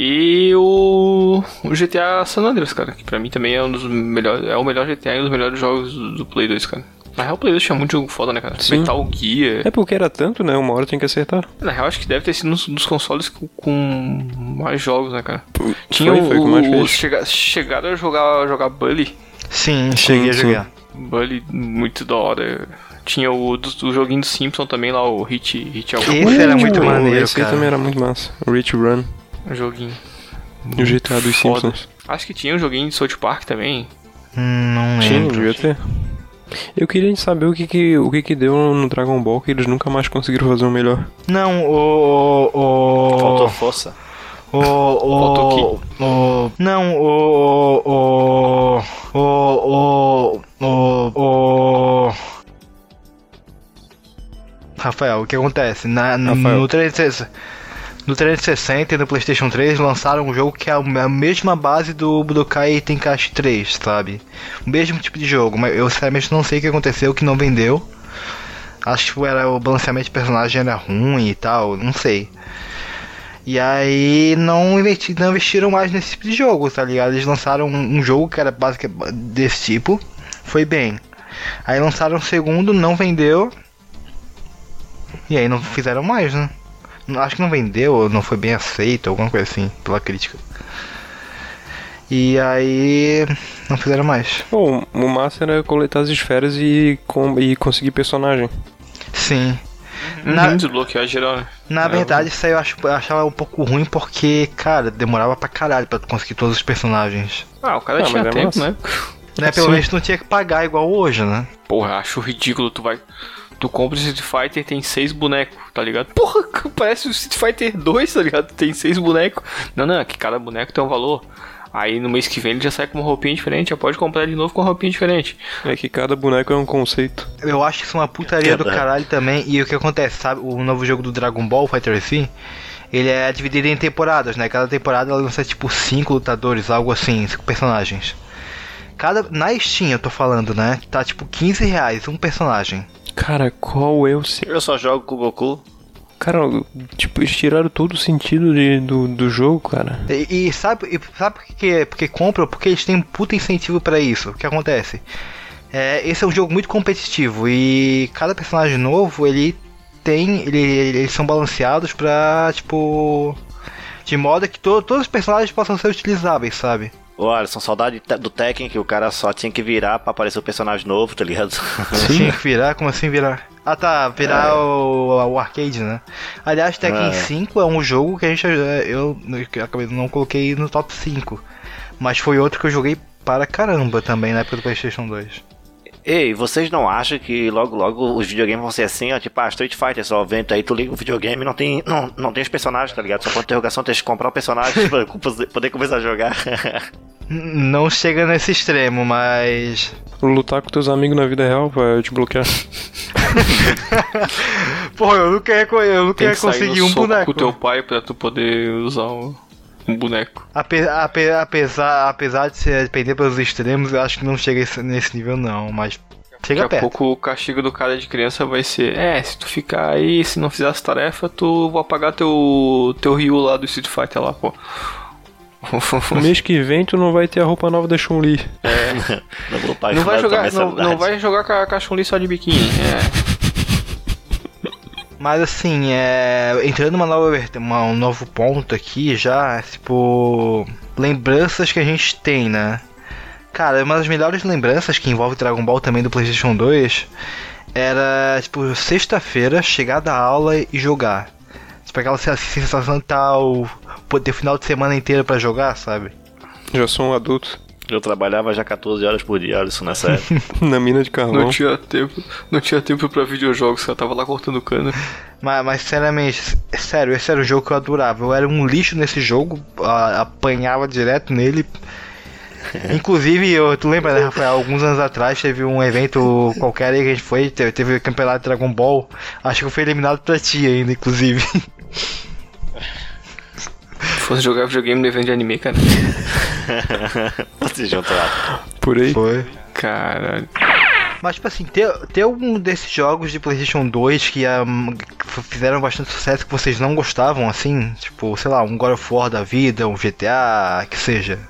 S2: E o, o GTA San Andreas, cara, que pra mim também é um dos melhores. É o melhor GTA e um dos melhores jogos do, do Play 2, cara. Na real, o Play 2 tinha muito jogo foda, né, cara?
S1: Sim.
S2: Metal Gear.
S1: É porque era tanto, né? Uma hora tem que acertar.
S2: Na real, acho que deve ter sido um dos- dos consoles com, com mais jogos, né, cara? Tinha
S1: foi,
S2: o.
S1: foi o que mais fez.
S2: chega- chegaram a jogar, jogar Bully.
S4: Sim,
S1: Sim,
S4: cheguei a
S1: sim.
S4: jogar.
S2: Bully, muito da hora. Tinha o, do, o joguinho do Simpson também lá, o Hit, Hit é
S4: Esse era muito
S1: Uh,
S4: maneiro,
S1: Esse
S4: cara.
S1: aí também era muito massa. Rich Run.
S2: um joguinho.
S1: E o GTA dos
S2: Foda.
S1: Simpsons.
S2: Acho que tinha um joguinho de South Park também.
S4: Hum, não
S1: Tinha,
S4: lembro.
S1: devia ter. Eu queria saber o que que, o que que deu no Dragon Ball que eles nunca mais conseguiram fazer o melhor.
S4: Não, o.
S1: Oh.
S4: o-
S3: Faltou força.
S4: O. O.
S2: Faltou
S4: o não, o. O. O. O. O. o Rafael, o que acontece? Na, no,
S1: Rafael.
S4: no 360 no 360 e no PlayStation 3 lançaram um jogo que é a a mesma base do Budokai Tenkaichi 3, sabe? O mesmo tipo de jogo, mas eu sinceramente não sei o que aconteceu que não vendeu. Acho que era o balanceamento de personagem era ruim e tal, não sei. E aí não, investi- não investiram mais nesse tipo de jogo, tá ligado? Eles lançaram um, um jogo que era básico desse tipo. foi bem. Aí lançaram o segundo, não vendeu. E aí não fizeram mais, né? Não- Acho que não vendeu, ou não foi bem aceito, alguma coisa assim, pela crítica. E aí. Não fizeram mais.
S1: Bom, o massa era coletar as esferas e, com- e conseguir personagem.
S4: Sim. Na-
S2: Desbloquear geral, né?
S4: Na
S2: É,
S4: verdade, isso aí eu, acho, eu achava um pouco ruim porque, cara, demorava pra caralho pra tu conseguir todos os personagens.
S2: Ah, o cara
S1: Ah,
S2: tinha
S1: mas é
S2: tempo,
S1: massa.
S2: né?
S4: Né? Pelo
S1: Sim.
S4: menos tu não tinha que pagar igual hoje, né?
S2: Porra, acho ridículo. Tu vai. Tu compra o Street Fighter tem seis bonecos, tá ligado? Porra, [LAUGHS] que parece o Street Fighter 2, tá ligado? Tem seis bonecos. Não, não, é que cada boneco tem um valor. Aí no mês que vem ele já sai com uma roupinha diferente, já pode comprar de novo com uma roupinha diferente.
S1: É que cada boneco é um conceito.
S4: Eu acho isso uma putaria do
S3: Verdade.
S4: caralho também. E o que acontece, sabe? O novo jogo do Dragon Ball Fighter Z, ele é dividido em temporadas, né? Cada temporada ela lança tipo cinco lutadores, algo assim, cinco personagens. Cada, na Steam eu tô falando, né? Tá tipo 15 reais um personagem.
S1: Cara, qual é o. se-
S3: Eu só jogo com o Goku.
S1: Cara, tipo, eles tiraram todo o sentido de- do, do jogo, cara.
S4: E, e sabe, e sabe por que que é? Porque compram? Porque eles têm um puta incentivo pra isso. O que acontece? É, esse é um jogo muito competitivo e cada personagem novo ele tem. Ele, ele- eles são balanceados pra, tipo. De modo que to- todos os personagens possam ser utilizáveis, sabe?
S3: Ô, Alisson, saudade te- do Tekken, que o cara só tinha que virar pra aparecer o personagem novo, tá ligado? [LAUGHS]
S4: Tinha que virar, como assim virar? Ah tá,
S2: É.
S4: virar o, o arcade, né? Aliás, Tekken
S3: É.
S4: 5 é um jogo que a gente. eh, Eu, eu acabei não coloquei no top 5. Mas foi outro que eu joguei para caramba também na época do Playstation 2.
S3: Ei, vocês não acham que logo logo os videogames vão ser assim, ó, tipo, ah, Street Fighter só vento aí, tu liga o videogame e não tem, não, não tem os personagens, tá ligado? Só com interrogação, tens que comprar
S2: [LAUGHS]
S3: o personagem pra co- poder começar a jogar. [LAUGHS]
S4: N- Não chega nesse extremo, mas.
S1: Lutar com teus amigos na vida real pra te bloquear.
S4: Pô, eu nunca ia, co- eu nunca
S2: Tem
S4: ia
S2: que sair
S4: conseguir
S2: no
S4: um
S2: soco
S4: boneco.
S2: com teu pai pra tu poder usar um, um boneco.
S4: Ape- ape- apesar, apesar de se depender pelos extremos, eu acho que não chega esse- nesse nível, não. Mas chega
S2: Daqui a
S4: perto.
S2: pouco o castigo do cara de criança vai ser: É, se tu ficar aí, se não fizer as tarefas, tu vou apagar teu, teu Ryu lá do Street Fighter lá, pô.
S1: Mês que vem tu não vai ter a roupa nova da Chun-Li.
S3: Não vou pagar
S2: Não vai
S3: nada
S2: jogar,
S3: pra
S2: não,
S3: mensalidade.
S2: não vai jogar com a, com a Chun-Li só de biquíni. É.
S4: Mas assim, é... entrando numa nova vert- uma- um novo ponto aqui já, é, tipo, lembranças que a gente tem, né? Cara, uma das melhores lembranças que envolve Dragon Ball também do PlayStation 2 era, tipo, sexta-feira, chegar da aula e jogar. Tipo, aquela sen- sensação de tá o- pô, ter o final de semana inteiro pra jogar, sabe?
S1: Já sou um adulto. [LAUGHS]
S3: Eu trabalhava já 14 horas por dia, Alisson, nessa época.
S2: [LAUGHS]
S1: Na mina de
S2: Não
S1: carvão.
S2: tinha tempo, não tinha tempo pra videojogos, cara. Tava lá cortando cana.
S4: Mas, mas sinceramente, s- sério, esse era o jogo que eu adorava. Eu era um lixo nesse jogo, a- apanhava direto nele. Inclusive, eu, tu lembra, né, Rafael? Alguns anos atrás teve um evento qualquer aí que a gente foi, te- teve o campeonato de Dragon Ball. Acho que eu fui eliminado pra ti ainda, inclusive.
S2: Se fosse jogar videogame no evento de anime, cara.
S3: Se juntar.
S1: Por aí.
S4: Foi.
S2: Caralho.
S4: Mas, tipo assim, ter, ter algum desses jogos de PlayStation 2 que, ahm, que f- fizeram bastante sucesso que vocês não gostavam, assim? Tipo, sei lá, um God of War da vida, um GTA, que seja.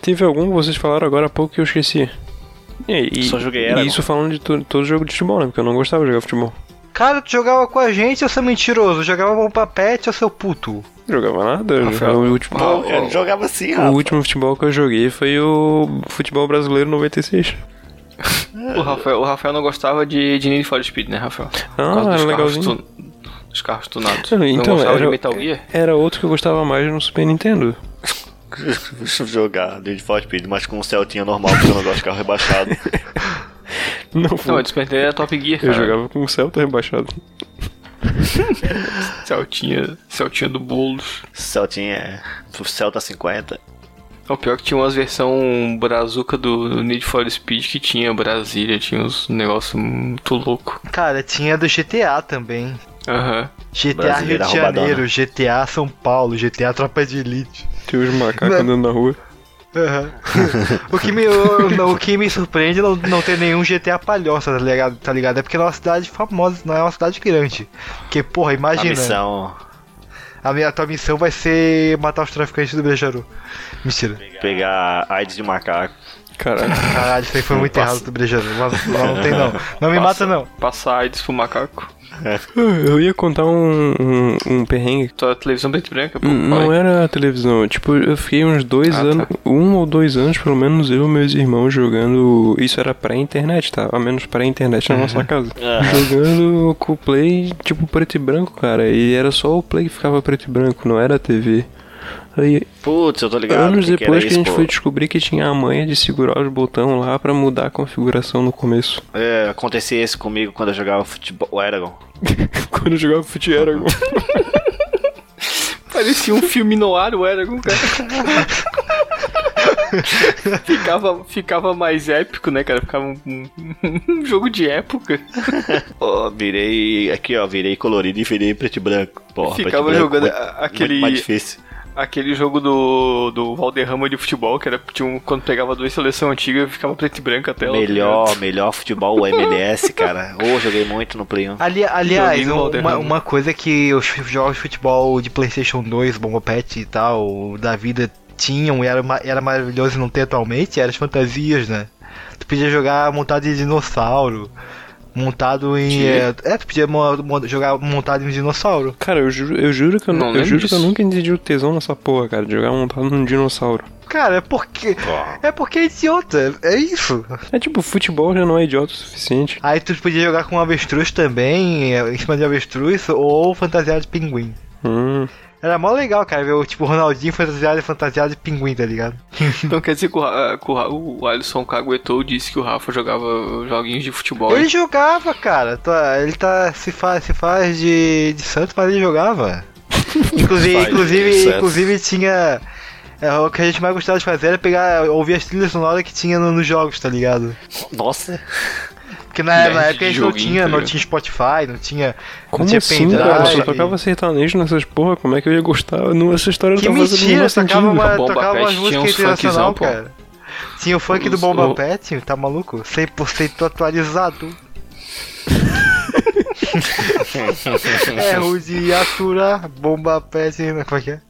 S1: Teve algum que vocês falaram agora há pouco que eu esqueci. E, e-
S3: Só joguei
S1: e
S3: Eragon.
S1: isso falando de to- todo jogo de futebol, né? Porque eu não gostava de jogar futebol.
S4: Cara, tu jogava com a gente, eu sou mentiroso. Jogava com o papete, eu sou puto.
S1: Não jogava nada. eu
S2: Rafael,
S1: jogava o, último,
S2: Pau,
S3: Eu
S2: pau.
S3: jogava assim,
S1: o
S3: rapaz. [LAUGHS]
S1: último futebol que eu joguei foi o futebol brasileiro 96.
S2: O Rafael, o Rafael não gostava de, de Need for Speed, né, Rafael? Por
S1: Ah,
S2: causa
S1: era
S2: dos
S1: legalzinho.
S2: Carros tun- dos carros tunados.
S1: [LAUGHS]
S2: não
S1: Então,
S2: gostava de
S1: era,
S2: Metal Gear?
S1: era outro que eu gostava mais no Super Nintendo.
S3: jogar Need for Speed, mas com um Celtinha normal, porque eu não gosto de carro rebaixado.
S1: Não,
S2: Não, eu
S1: foi.
S2: despertei era Top Gear,
S1: Eu
S2: cara.
S1: jogava com o Celta rebaixado.
S2: Celtinha, Celtinha do Boulos.
S3: Celtinha é... O Celta 50.
S2: O pior que tinha umas versão brazuca do Need for Speed que tinha Brasília, tinha uns negócio muito louco.
S4: Cara, tinha do GTA também.
S2: Aham.
S4: GTA
S3: Brasileira
S4: Rio de
S3: roubadona.
S4: Janeiro, GTA São Paulo, GTA Tropa de Elite.
S1: Tinha os macacos
S4: Não.
S1: andando na rua.
S4: o, que me, o, o que me surpreende é não, não ter nenhum GTA palhoça, tá ligado? Tá ligado? É porque não é uma cidade famosa, não é uma cidade grande. Porque, porra,
S3: A
S4: imagina.
S3: missão...
S4: A, minha, a tua missão vai ser matar os traficantes do Bejaru. Mentira.
S3: Pegar AIDS de macaco.
S2: [LAUGHS]
S1: Caralho.
S4: Caralho, isso aí foi muito
S2: Passa.
S4: errado, tu brejeiro. Mas Não, não tem não. Não me mata
S2: Passa-
S4: não.
S2: Passar AIDS pro macaco.
S1: Eu ia contar um, um, um perrengue.
S2: Tua televisão preta e branca, pô.
S1: N-
S3: Hum,
S1: Não
S3: é.
S2: fala aí.
S1: era a televisão, tipo, eu fiquei uns dois
S2: Hum, Ah,
S1: anos,
S2: tá.
S1: um ou dois anos, pelo menos eu e meus irmãos jogando. Isso era pré-internet, tá? Ao menos pré-internet na
S2: Uhum.
S1: nossa casa. Jogando com o Play, tipo, preto e branco, cara. E era só o Play que ficava preto e branco, não era a TV. Aí,
S3: Putz, eu tô ligado.
S1: Anos
S3: que
S1: depois que,
S3: era
S1: a gente
S3: isso,
S1: foi
S3: pô.
S1: descobrir que tinha a manha de segurar os botões lá pra mudar a configuração no começo.
S3: É, acontecia isso comigo quando eu jogava futebol. O Eragon.
S1: [LAUGHS] Quando eu jogava fute [LAUGHS] Eragon.
S2: Parecia um filme no ar, o Eragon,
S3: [LAUGHS]
S2: cara. ficava, ficava mais épico, né, cara? Ficava um, um- um jogo de época.
S3: Ó, virei. Aqui, ó, virei colorido e virei preto e branco. Porra, preto e
S2: ficava
S3: branco,
S2: jogando
S3: muito-
S2: a-
S3: Muito
S2: aquele,
S3: mais difícil.
S2: aquele jogo do, do Valderrama de futebol, que era tinha um, quando pegava duas seleções antigas, ficava preto e branco até tá
S3: Melhor, melhor futebol,
S2: [LAUGHS]
S3: o MLS, cara. Ô, joguei muito no Play 1.
S4: Ali, aliás,
S2: Joguinho
S4: um- uma,
S2: Valderrama.
S4: uma coisa que os jogos de futebol de Playstation 2, Bomba Pet e tal, da vida tinham e era, ma- era maravilhoso e não ter atualmente, eram as fantasias, né? Tu podia jogar montado em dinossauro. Montado em.
S2: Que?
S4: É, é, tu podia mo- mo- jogar montado em um dinossauro.
S1: Cara, eu juro, eu juro que eu,
S2: Não
S1: não eu
S2: lembro
S1: juro que eu
S2: disso.
S1: nunca entendi o tesão nessa porra, cara, de jogar montado num dinossauro.
S4: Cara, é porque.
S3: Porra.
S4: É porque é idiota, é isso.
S1: É tipo, futebol já não é idiota o suficiente.
S4: Aí tu podia jogar com avestruz também, é, em cima de avestruz, ou fantasiado de pinguim.
S1: Hum.
S4: Era mó legal, cara, ver o tipo Ronaldinho fantasiado, fantasiado de pinguim, tá ligado?
S2: Então quer dizer que o, Ra- que o, Ra- o Alisson Caguetou disse que o Rafa jogava joguinhos de futebol.
S4: Ele jogava, cara. tá- Ele tá se faz, se faz de, de santo, mas ele
S2: [LAUGHS]
S4: jogava. inclusive,
S3: Faz de
S4: inclusive,
S3: santo.
S4: inclusive tinha. é, o que a gente mais gostava de fazer era pegar, ouvir as trilhas sonoras que tinha no- nos jogos, tá ligado?
S3: Nossa.
S4: Porque na,
S2: Nerd
S4: na época a gente
S2: de
S4: não
S2: joguinho,
S4: tinha,
S2: tá
S4: não
S2: ligado?
S4: tinha Spotify, não tinha.
S1: Como
S4: tinha
S1: assim,
S4: pendrive?
S1: cara? Só tocava sertanejo nessas porra, como é que eu ia gostar? Não, essa história
S4: Que
S1: não tá fazendo o
S4: mentira,
S1: menor
S4: tocava,
S1: sentido.
S4: uma,
S2: Bomba
S4: tocava
S2: Pet
S4: umas
S2: tinha
S4: músicas
S2: uns
S4: internacional,
S2: funkzão, pô.
S4: cara. Tinha o funk do
S2: Os-
S4: Bomba
S2: o-
S4: Pet, tá maluco? 100% atualizado. é Rude Atura, Bomba Pet, né? como é que é?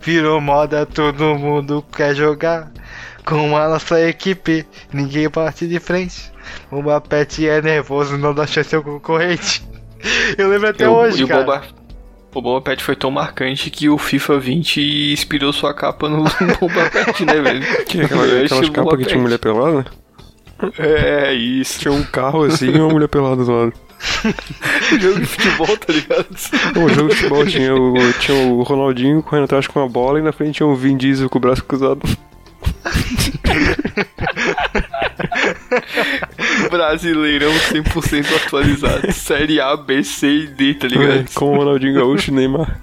S4: Virou moda, todo mundo quer jogar. Com a nossa equipe, ninguém bate de frente. Bomba Pet é nervoso, não dá chance ao concorrente. Eu lembro até
S2: E o-
S4: hoje,
S2: e o
S4: cara.
S2: Boba, o Boba Pet foi tão marcante que o FIFA 20 inspirou sua capa no [LAUGHS] Boba Pet, né, velho?
S1: [LAUGHS] Que, [LAUGHS] aquela,
S2: Eu
S1: aquelas
S2: achei o
S1: capas
S2: Boba
S1: que tinha
S2: Pet.
S1: mulher pelada?
S2: É, isso.
S1: Tinha um carro assim e uma mulher pelada do lado.
S2: [LAUGHS] jogo de futebol, tá ligado?
S1: O jogo de futebol tinha o, tinha o Ronaldinho correndo atrás com a bola e na frente tinha o Vin Diesel com o braço
S2: [LAUGHS]
S1: cruzado.
S2: Brasileirão 100% atualizado. Série A, B, C e D, tá ligado?
S1: Com o Ronaldinho Gaúcho e Neymar.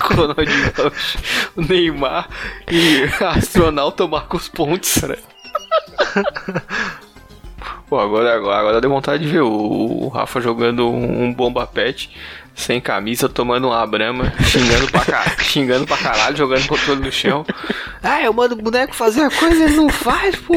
S2: Com o Ronaldinho Gaúcho, o Neymar e [LAUGHS] astronauta Marcos Pontes. né? Pô, agora, agora, agora deu vontade de ver o, o Rafa jogando um, um bomba pet sem camisa, tomando uma brama, xingando pra, ca- [LAUGHS] xingando pra caralho, jogando controle no chão. Ah, eu mando o boneco fazer a coisa, ele não faz, pô.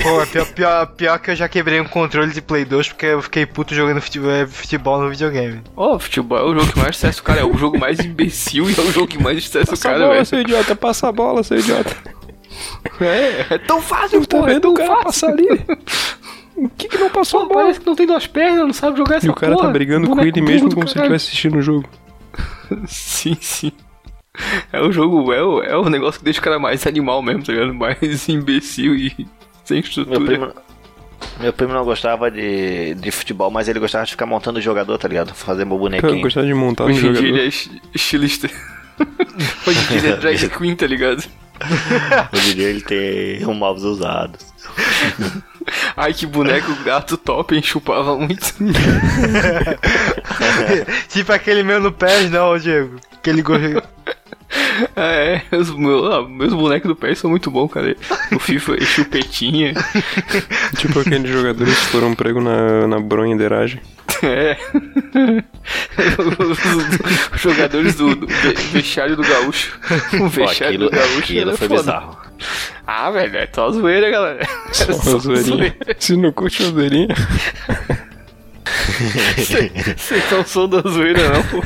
S4: Pô, é pior, pior, pior que eu já quebrei um controle de Play 2 porque eu fiquei puto jogando futebol, eh, futebol no videogame.
S2: Ó, futebol é o jogo que mais estressa o cara, é o jogo mais imbecil e é o jogo que mais estressa o cara, velho.
S1: seu idiota, passa a bola, seu idiota. tá
S2: É, é tão fácil, pô, é tão fácil.
S1: ali? O que que não passou
S2: Pô, parece que não tem duas pernas, não sabe jogar essa
S1: E o cara
S2: porra.
S1: tá brigando com
S2: Boneco
S1: ele
S2: burro
S1: mesmo
S2: do
S1: como se ele
S2: caralho.
S1: estivesse assistindo o jogo.
S2: [LAUGHS] Sim, sim. É o jogo, é o, é o negócio que deixa o cara mais animal mesmo, tá ligado? Mais [LAUGHS] imbecil e sem
S3: [LAUGHS] Meu
S2: estrutura.
S3: primo, é meu primo não gostava de, de futebol, mas ele gostava de ficar montando o jogador, tá ligado? Fazer meu
S1: Cara, eu
S3: bonequinho.
S1: gostava de montar no
S2: Hoje em dia ele
S1: jogador.
S2: é es- estilista. [LAUGHS] Hoje em dia ele é drag
S3: [LAUGHS]
S2: queen, tá ligado?
S3: Hoje em dia ele tem [LAUGHS] um mouse usado.
S2: Ai, que boneco gato top, hein? Chupava muito. [LAUGHS]
S4: [LAUGHS] tipo aquele meu no PES, não, Diego. Aquele go...
S2: É, os meus, ah, meus bonecos do PS são muito bons, cara. O FIFA é chupetinha.
S1: [LAUGHS] Tipo aqueles jogadores que foram pregos na, na bronha da eragem.
S2: [LAUGHS] É. Os, os jogadores do, do ve- vestiário do gaúcho. O
S3: Pô,
S2: vestiário
S3: aquilo
S2: do gaúcho
S3: aquilo
S2: era
S3: foi
S2: foda.
S3: bizarro.
S2: Ah, velho, é só zoeira, galera. É
S1: Só uma zoeirinha. Se não curte uma zoeirinha.
S2: Tipo, Vocês não são da zoeira, não, pô.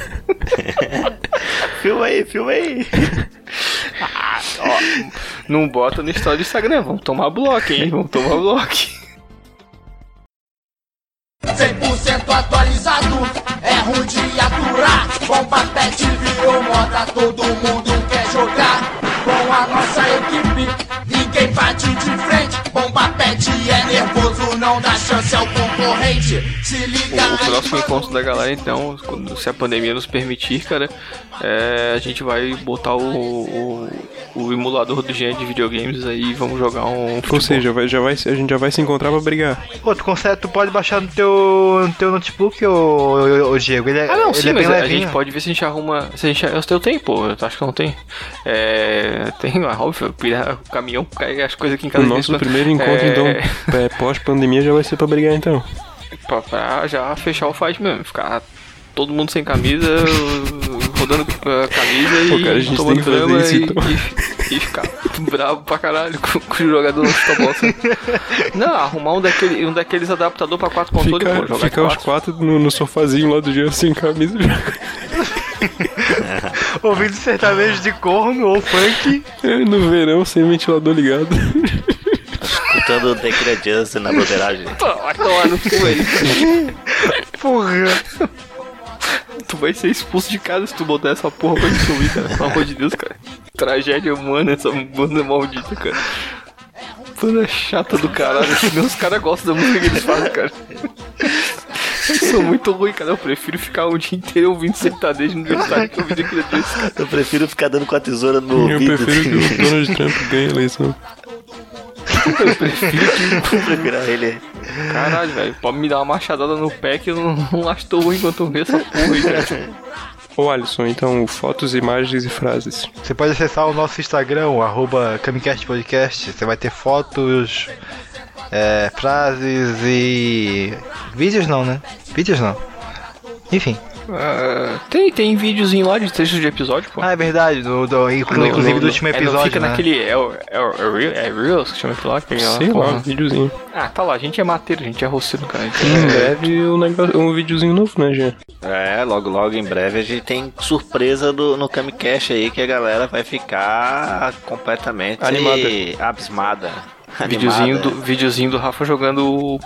S3: Filma aí, filma aí.
S2: Não bota no história do Instagram, vamos tomar bloco, hein? Vamos tomar bloco.
S5: 100% atualizado, é ruim de aturar. Bomba pet virou moda, todo mundo quer jogar. Com a nossa equipe, ninguém bate de frente. Bomba pet é nervoso, não dá chance ao concorrente. Se liga
S2: O, o
S5: aí,
S2: próximo
S5: mano.
S2: encontro da galera, então, quando- se a pandemia nos permitir, cara, é, a gente vai botar o, o, o emulador do gênero de videogames aí e vamos jogar um.
S1: Ou
S2: futebol.
S1: seja, vai- já vai, a gente já vai se encontrar pra brigar.
S4: Pô, tu consegue, tu pode baixar no teu, no teu notebook, ô, ô, ô, Diego. Ele é,
S2: Ah, não,
S4: ele
S2: sim,
S4: é
S2: mas
S4: bem
S2: a- a
S4: levinho.
S2: gente pode ver se a gente arruma. Se a gente, eu, eu tenho, pô, eu acho que não tem. É, tem, é óbvio, pira- o caminhão cai as coisas aqui em
S1: O
S2: casa. de vez
S1: nosso
S2: em quando.
S1: primeiro encontro,
S2: É,
S1: então, é, pós-pandemia, já vai ser pra brigar, então.
S2: Pra, pra já fechar o fight mesmo, ficar todo mundo sem camisa, rodando com a camisa
S1: Pô,
S2: e
S1: cara, a gente
S2: tomando
S1: tem que fazer
S2: drama
S1: isso,
S2: e,
S1: então.
S2: e- e ficar bravo pra caralho com, com o jogador no futebol. sabe? Não, arrumar um, daquele, um daqueles adaptador pra quatro controles, pô,
S1: Ficar,
S2: jogar
S1: ficar os
S2: quatro.
S1: quatro no, no sofazinho lá do dia sem camisa. [LAUGHS]
S4: Ouvindo sertanejo de corno ou funk.
S1: no verão, sem ventilador ligado.
S3: Escutando o Tequila Justin na broderagem.
S2: Pô, vai tomar no cu, velho.
S4: Porra.
S2: Tu vai ser expulso de casa se tu botar essa porra pra te sumir, cara. Pelo amor de Deus, cara. Tragédia humana essa banda é maldita, cara. Banda é chata do caralho. Nem os caras gostam da música que eles fazem, cara. Eu sou muito ruim, cara. Eu prefiro ficar o dia inteiro ouvindo sertanejo no detalhe que eu ouvindo aquele desse, cara.
S3: Eu prefiro ficar dando com a tesoura no
S1: Eu
S3: ouvido. assim.
S1: prefiro que
S3: [LAUGHS]
S1: o Donald Trump ganhe a eleição.
S2: Eu prefiro que...
S3: Eu prefiro ele.
S2: Caralho, velho. Pode me dar uma machadada no pé que eu não, não acho tão ruim enquanto eu ver essa porra aí, cara.
S1: Ô Alisson, então, fotos, imagens e frases.
S4: Você pode acessar o nosso Instagram, o arroba Camicast Podcast. Você vai ter fotos, é, frases e. Vídeos não, né? Vídeos não. Enfim.
S2: Ah, tem, tem videozinho lá de trechos de episódio, pô.
S4: Ah, é verdade, do, do-
S2: No-
S4: inclusive
S2: no-
S4: do último
S2: é, não
S4: episódio.
S2: fica
S4: né?
S2: naquele. É, o- é, o- é, o Reels- é Reels que chama aquilo lá? Que é aquela
S1: Sei lá, um
S2: porra.
S1: videozinho.
S2: Ah, tá lá, a gente é mateiro, a gente é roceiro, cara. a gente
S1: Em
S2: é-
S1: breve, um, negócio, um videozinho novo, né, Jean?
S3: É, logo, logo, em breve, a gente tem surpresa do, no Camicast aí que a galera vai ficar completamente
S1: Animada.
S3: abismada.
S2: [LAUGHS] videozinho, do, videozinho do Rafa jogando o.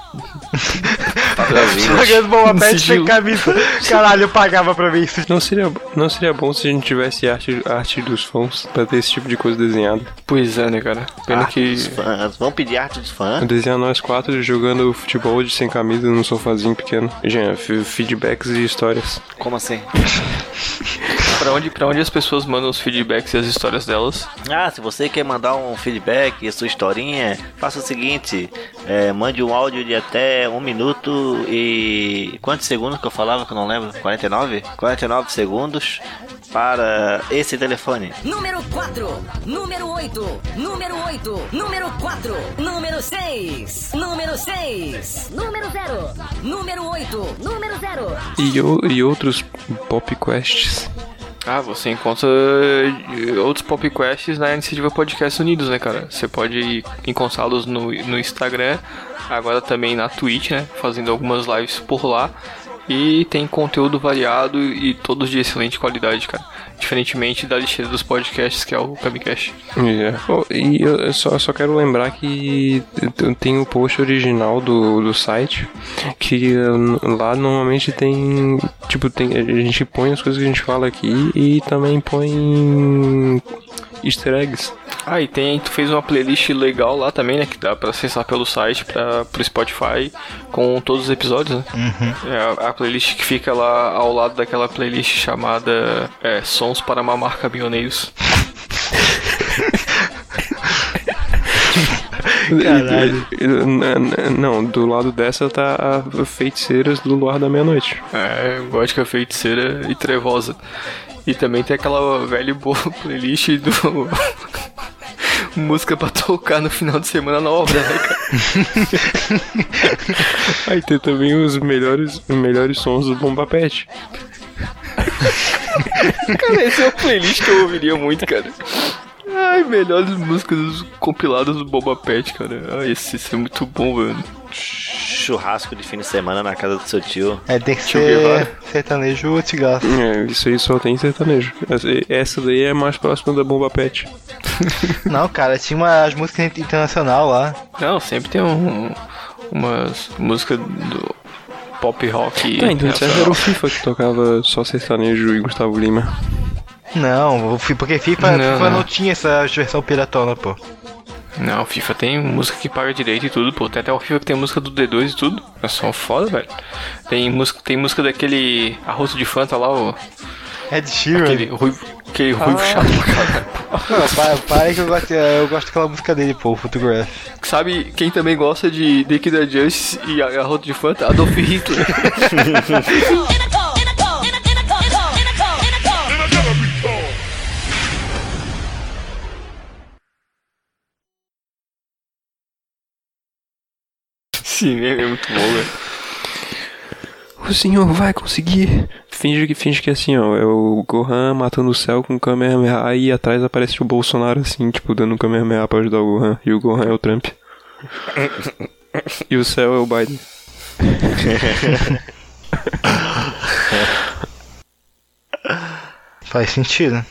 S2: [LAUGHS]
S4: Jogando bomba
S2: No
S4: pet sem
S2: sigilo. [LAUGHS]
S4: camisa. Caralho, eu pagava pra ver isso.
S1: Não seria, não seria bom se a gente tivesse arte, arte dos fãs pra ter esse tipo de coisa desenhada?
S2: Pois é, né, cara?
S4: Ah,
S2: Pena que.
S3: Dos fãs. Vamos pedir arte dos fãs.
S1: Desenhar nós quatro jogando futebol de sem camisa num sofazinho pequeno. Jean, f- feedbacks e histórias.
S3: Como assim?
S2: Pra onde, pra onde as pessoas mandam os feedbacks e as histórias delas?
S3: Ah, se você quer mandar um feedback e sua historinha, faça o seguinte: é, mande um áudio de até um minuto e. Quantos segundos que eu falava que eu não lembro? 49? 49 segundos para esse telefone.
S6: Número 4, número 8, número 8, número 4, número 6, número 6, número 0, número 8, número 0.
S1: E, o- e outros pop quests.
S2: Ah, você encontra eh, outros pop quests na iniciativa Podcast Unidos, né, cara? Você pode encontrá-los no, no Instagram, agora também na Twitch, né? Fazendo algumas lives por lá. E tem conteúdo variado e todos de excelente qualidade, cara. Diferentemente da lixeira dos podcasts, que é o Camicast.
S1: Yeah. Oh, e eu eu só, eu só quero lembrar que eu tenho o post original do, do site, que eh, n- lá normalmente tem. Tipo, tem, a gente põe as coisas que a gente fala aqui e também põe easter eggs.
S2: Ah, e tem, tu fez uma playlist legal lá também, né? Que dá pra acessar pelo site, pra, pro Spotify, com todos os episódios, né? É a, a playlist que fica lá ao lado daquela playlist chamada é, Sons para Mamar Caminhoneiros.
S4: Caralho.
S1: E- e- [LAUGHS] n- n- Não, do lado dessa tá a Feiticeiras do Luar da Meia-Noite.
S2: É, gótica, feiticeira e trevosa. E também tem aquela velha e boa [LAUGHS] playlist do. [LAUGHS] Música pra tocar no final de semana na obra, né, cara?
S1: Aí tem também os melhores, melhores sons do Bomba Pet.
S2: Cara, essa é uma playlist que eu ouviria muito, cara. Ai, melhores músicas compiladas do Boba Pet, cara. Ai, esse, esse é muito bom, velho.
S3: churrasco de fim de semana na casa do seu tio.
S4: É, tem que
S2: Tio
S4: ser
S2: Guevara.
S4: sertanejo tigaço.
S1: É, isso aí só tem sertanejo. Essa- Essa daí é mais próxima da bomba pet.
S4: Não, cara, tinha umas músicas in- internacional lá.
S2: Não, sempre tem um, umas músicas do pop rock.
S1: Tá, então certo era o FIFA que tocava só sertanejo e Gustavo Lima.
S4: Não, o fi- porque FIFA FIFA
S2: Não,
S4: não,
S2: não.
S4: tinha essa versão piratona, pô.
S2: Não, FIFA tem música que paga direito e tudo, pô. Tem até o FIFA que tem música do D2 e tudo. É só foda, velho. Tem música, tem música daquele arroz de Fanta lá, o,
S4: Ed Sheeran.
S2: aquele ruivo, aquele ruivo chato pra caralho.
S4: Não, para, para que eu gosto, eu gosto daquela música dele, pô, o Photograph.
S2: Sabe quem também gosta de Dick da Justice e arroz de Fanta? Adolf Hitler. Sim, é muito bom, velho.
S1: O senhor vai conseguir. Finge que, finge que é assim, ó. É o Gohan matando o céu com o Kamehameha. Aí atrás aparece o Bolsonaro, assim, tipo, dando um Kamehameha pra ajudar o Gohan. E o Gohan é o Trump. e o céu é o Biden.
S4: Faz sentido.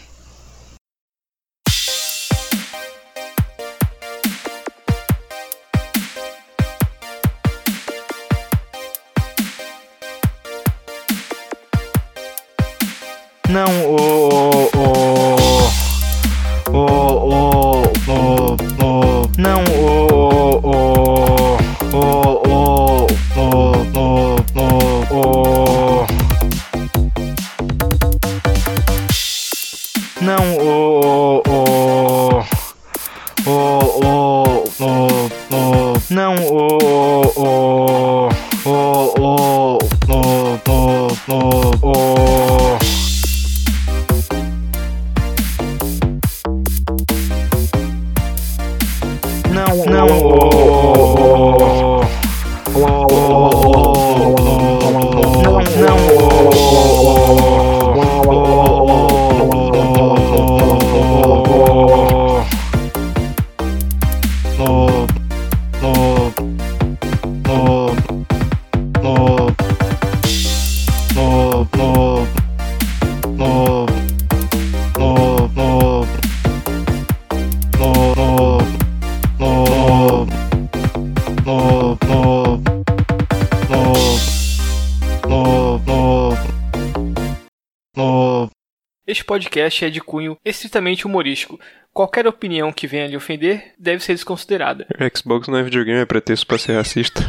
S4: Não, o. O. O. O. O. o não, o. O. O. O. O. O. O. o Não, o. O. O. O. O. o não, o. O. O. O. O. O. O. O. Não, não, o. O. Não, não,
S2: Este podcast é de cunho estritamente humorístico. Qualquer opinião que venha lhe ofender deve ser desconsiderada.
S1: Xbox não é videogame, é pretexto pra ser racista.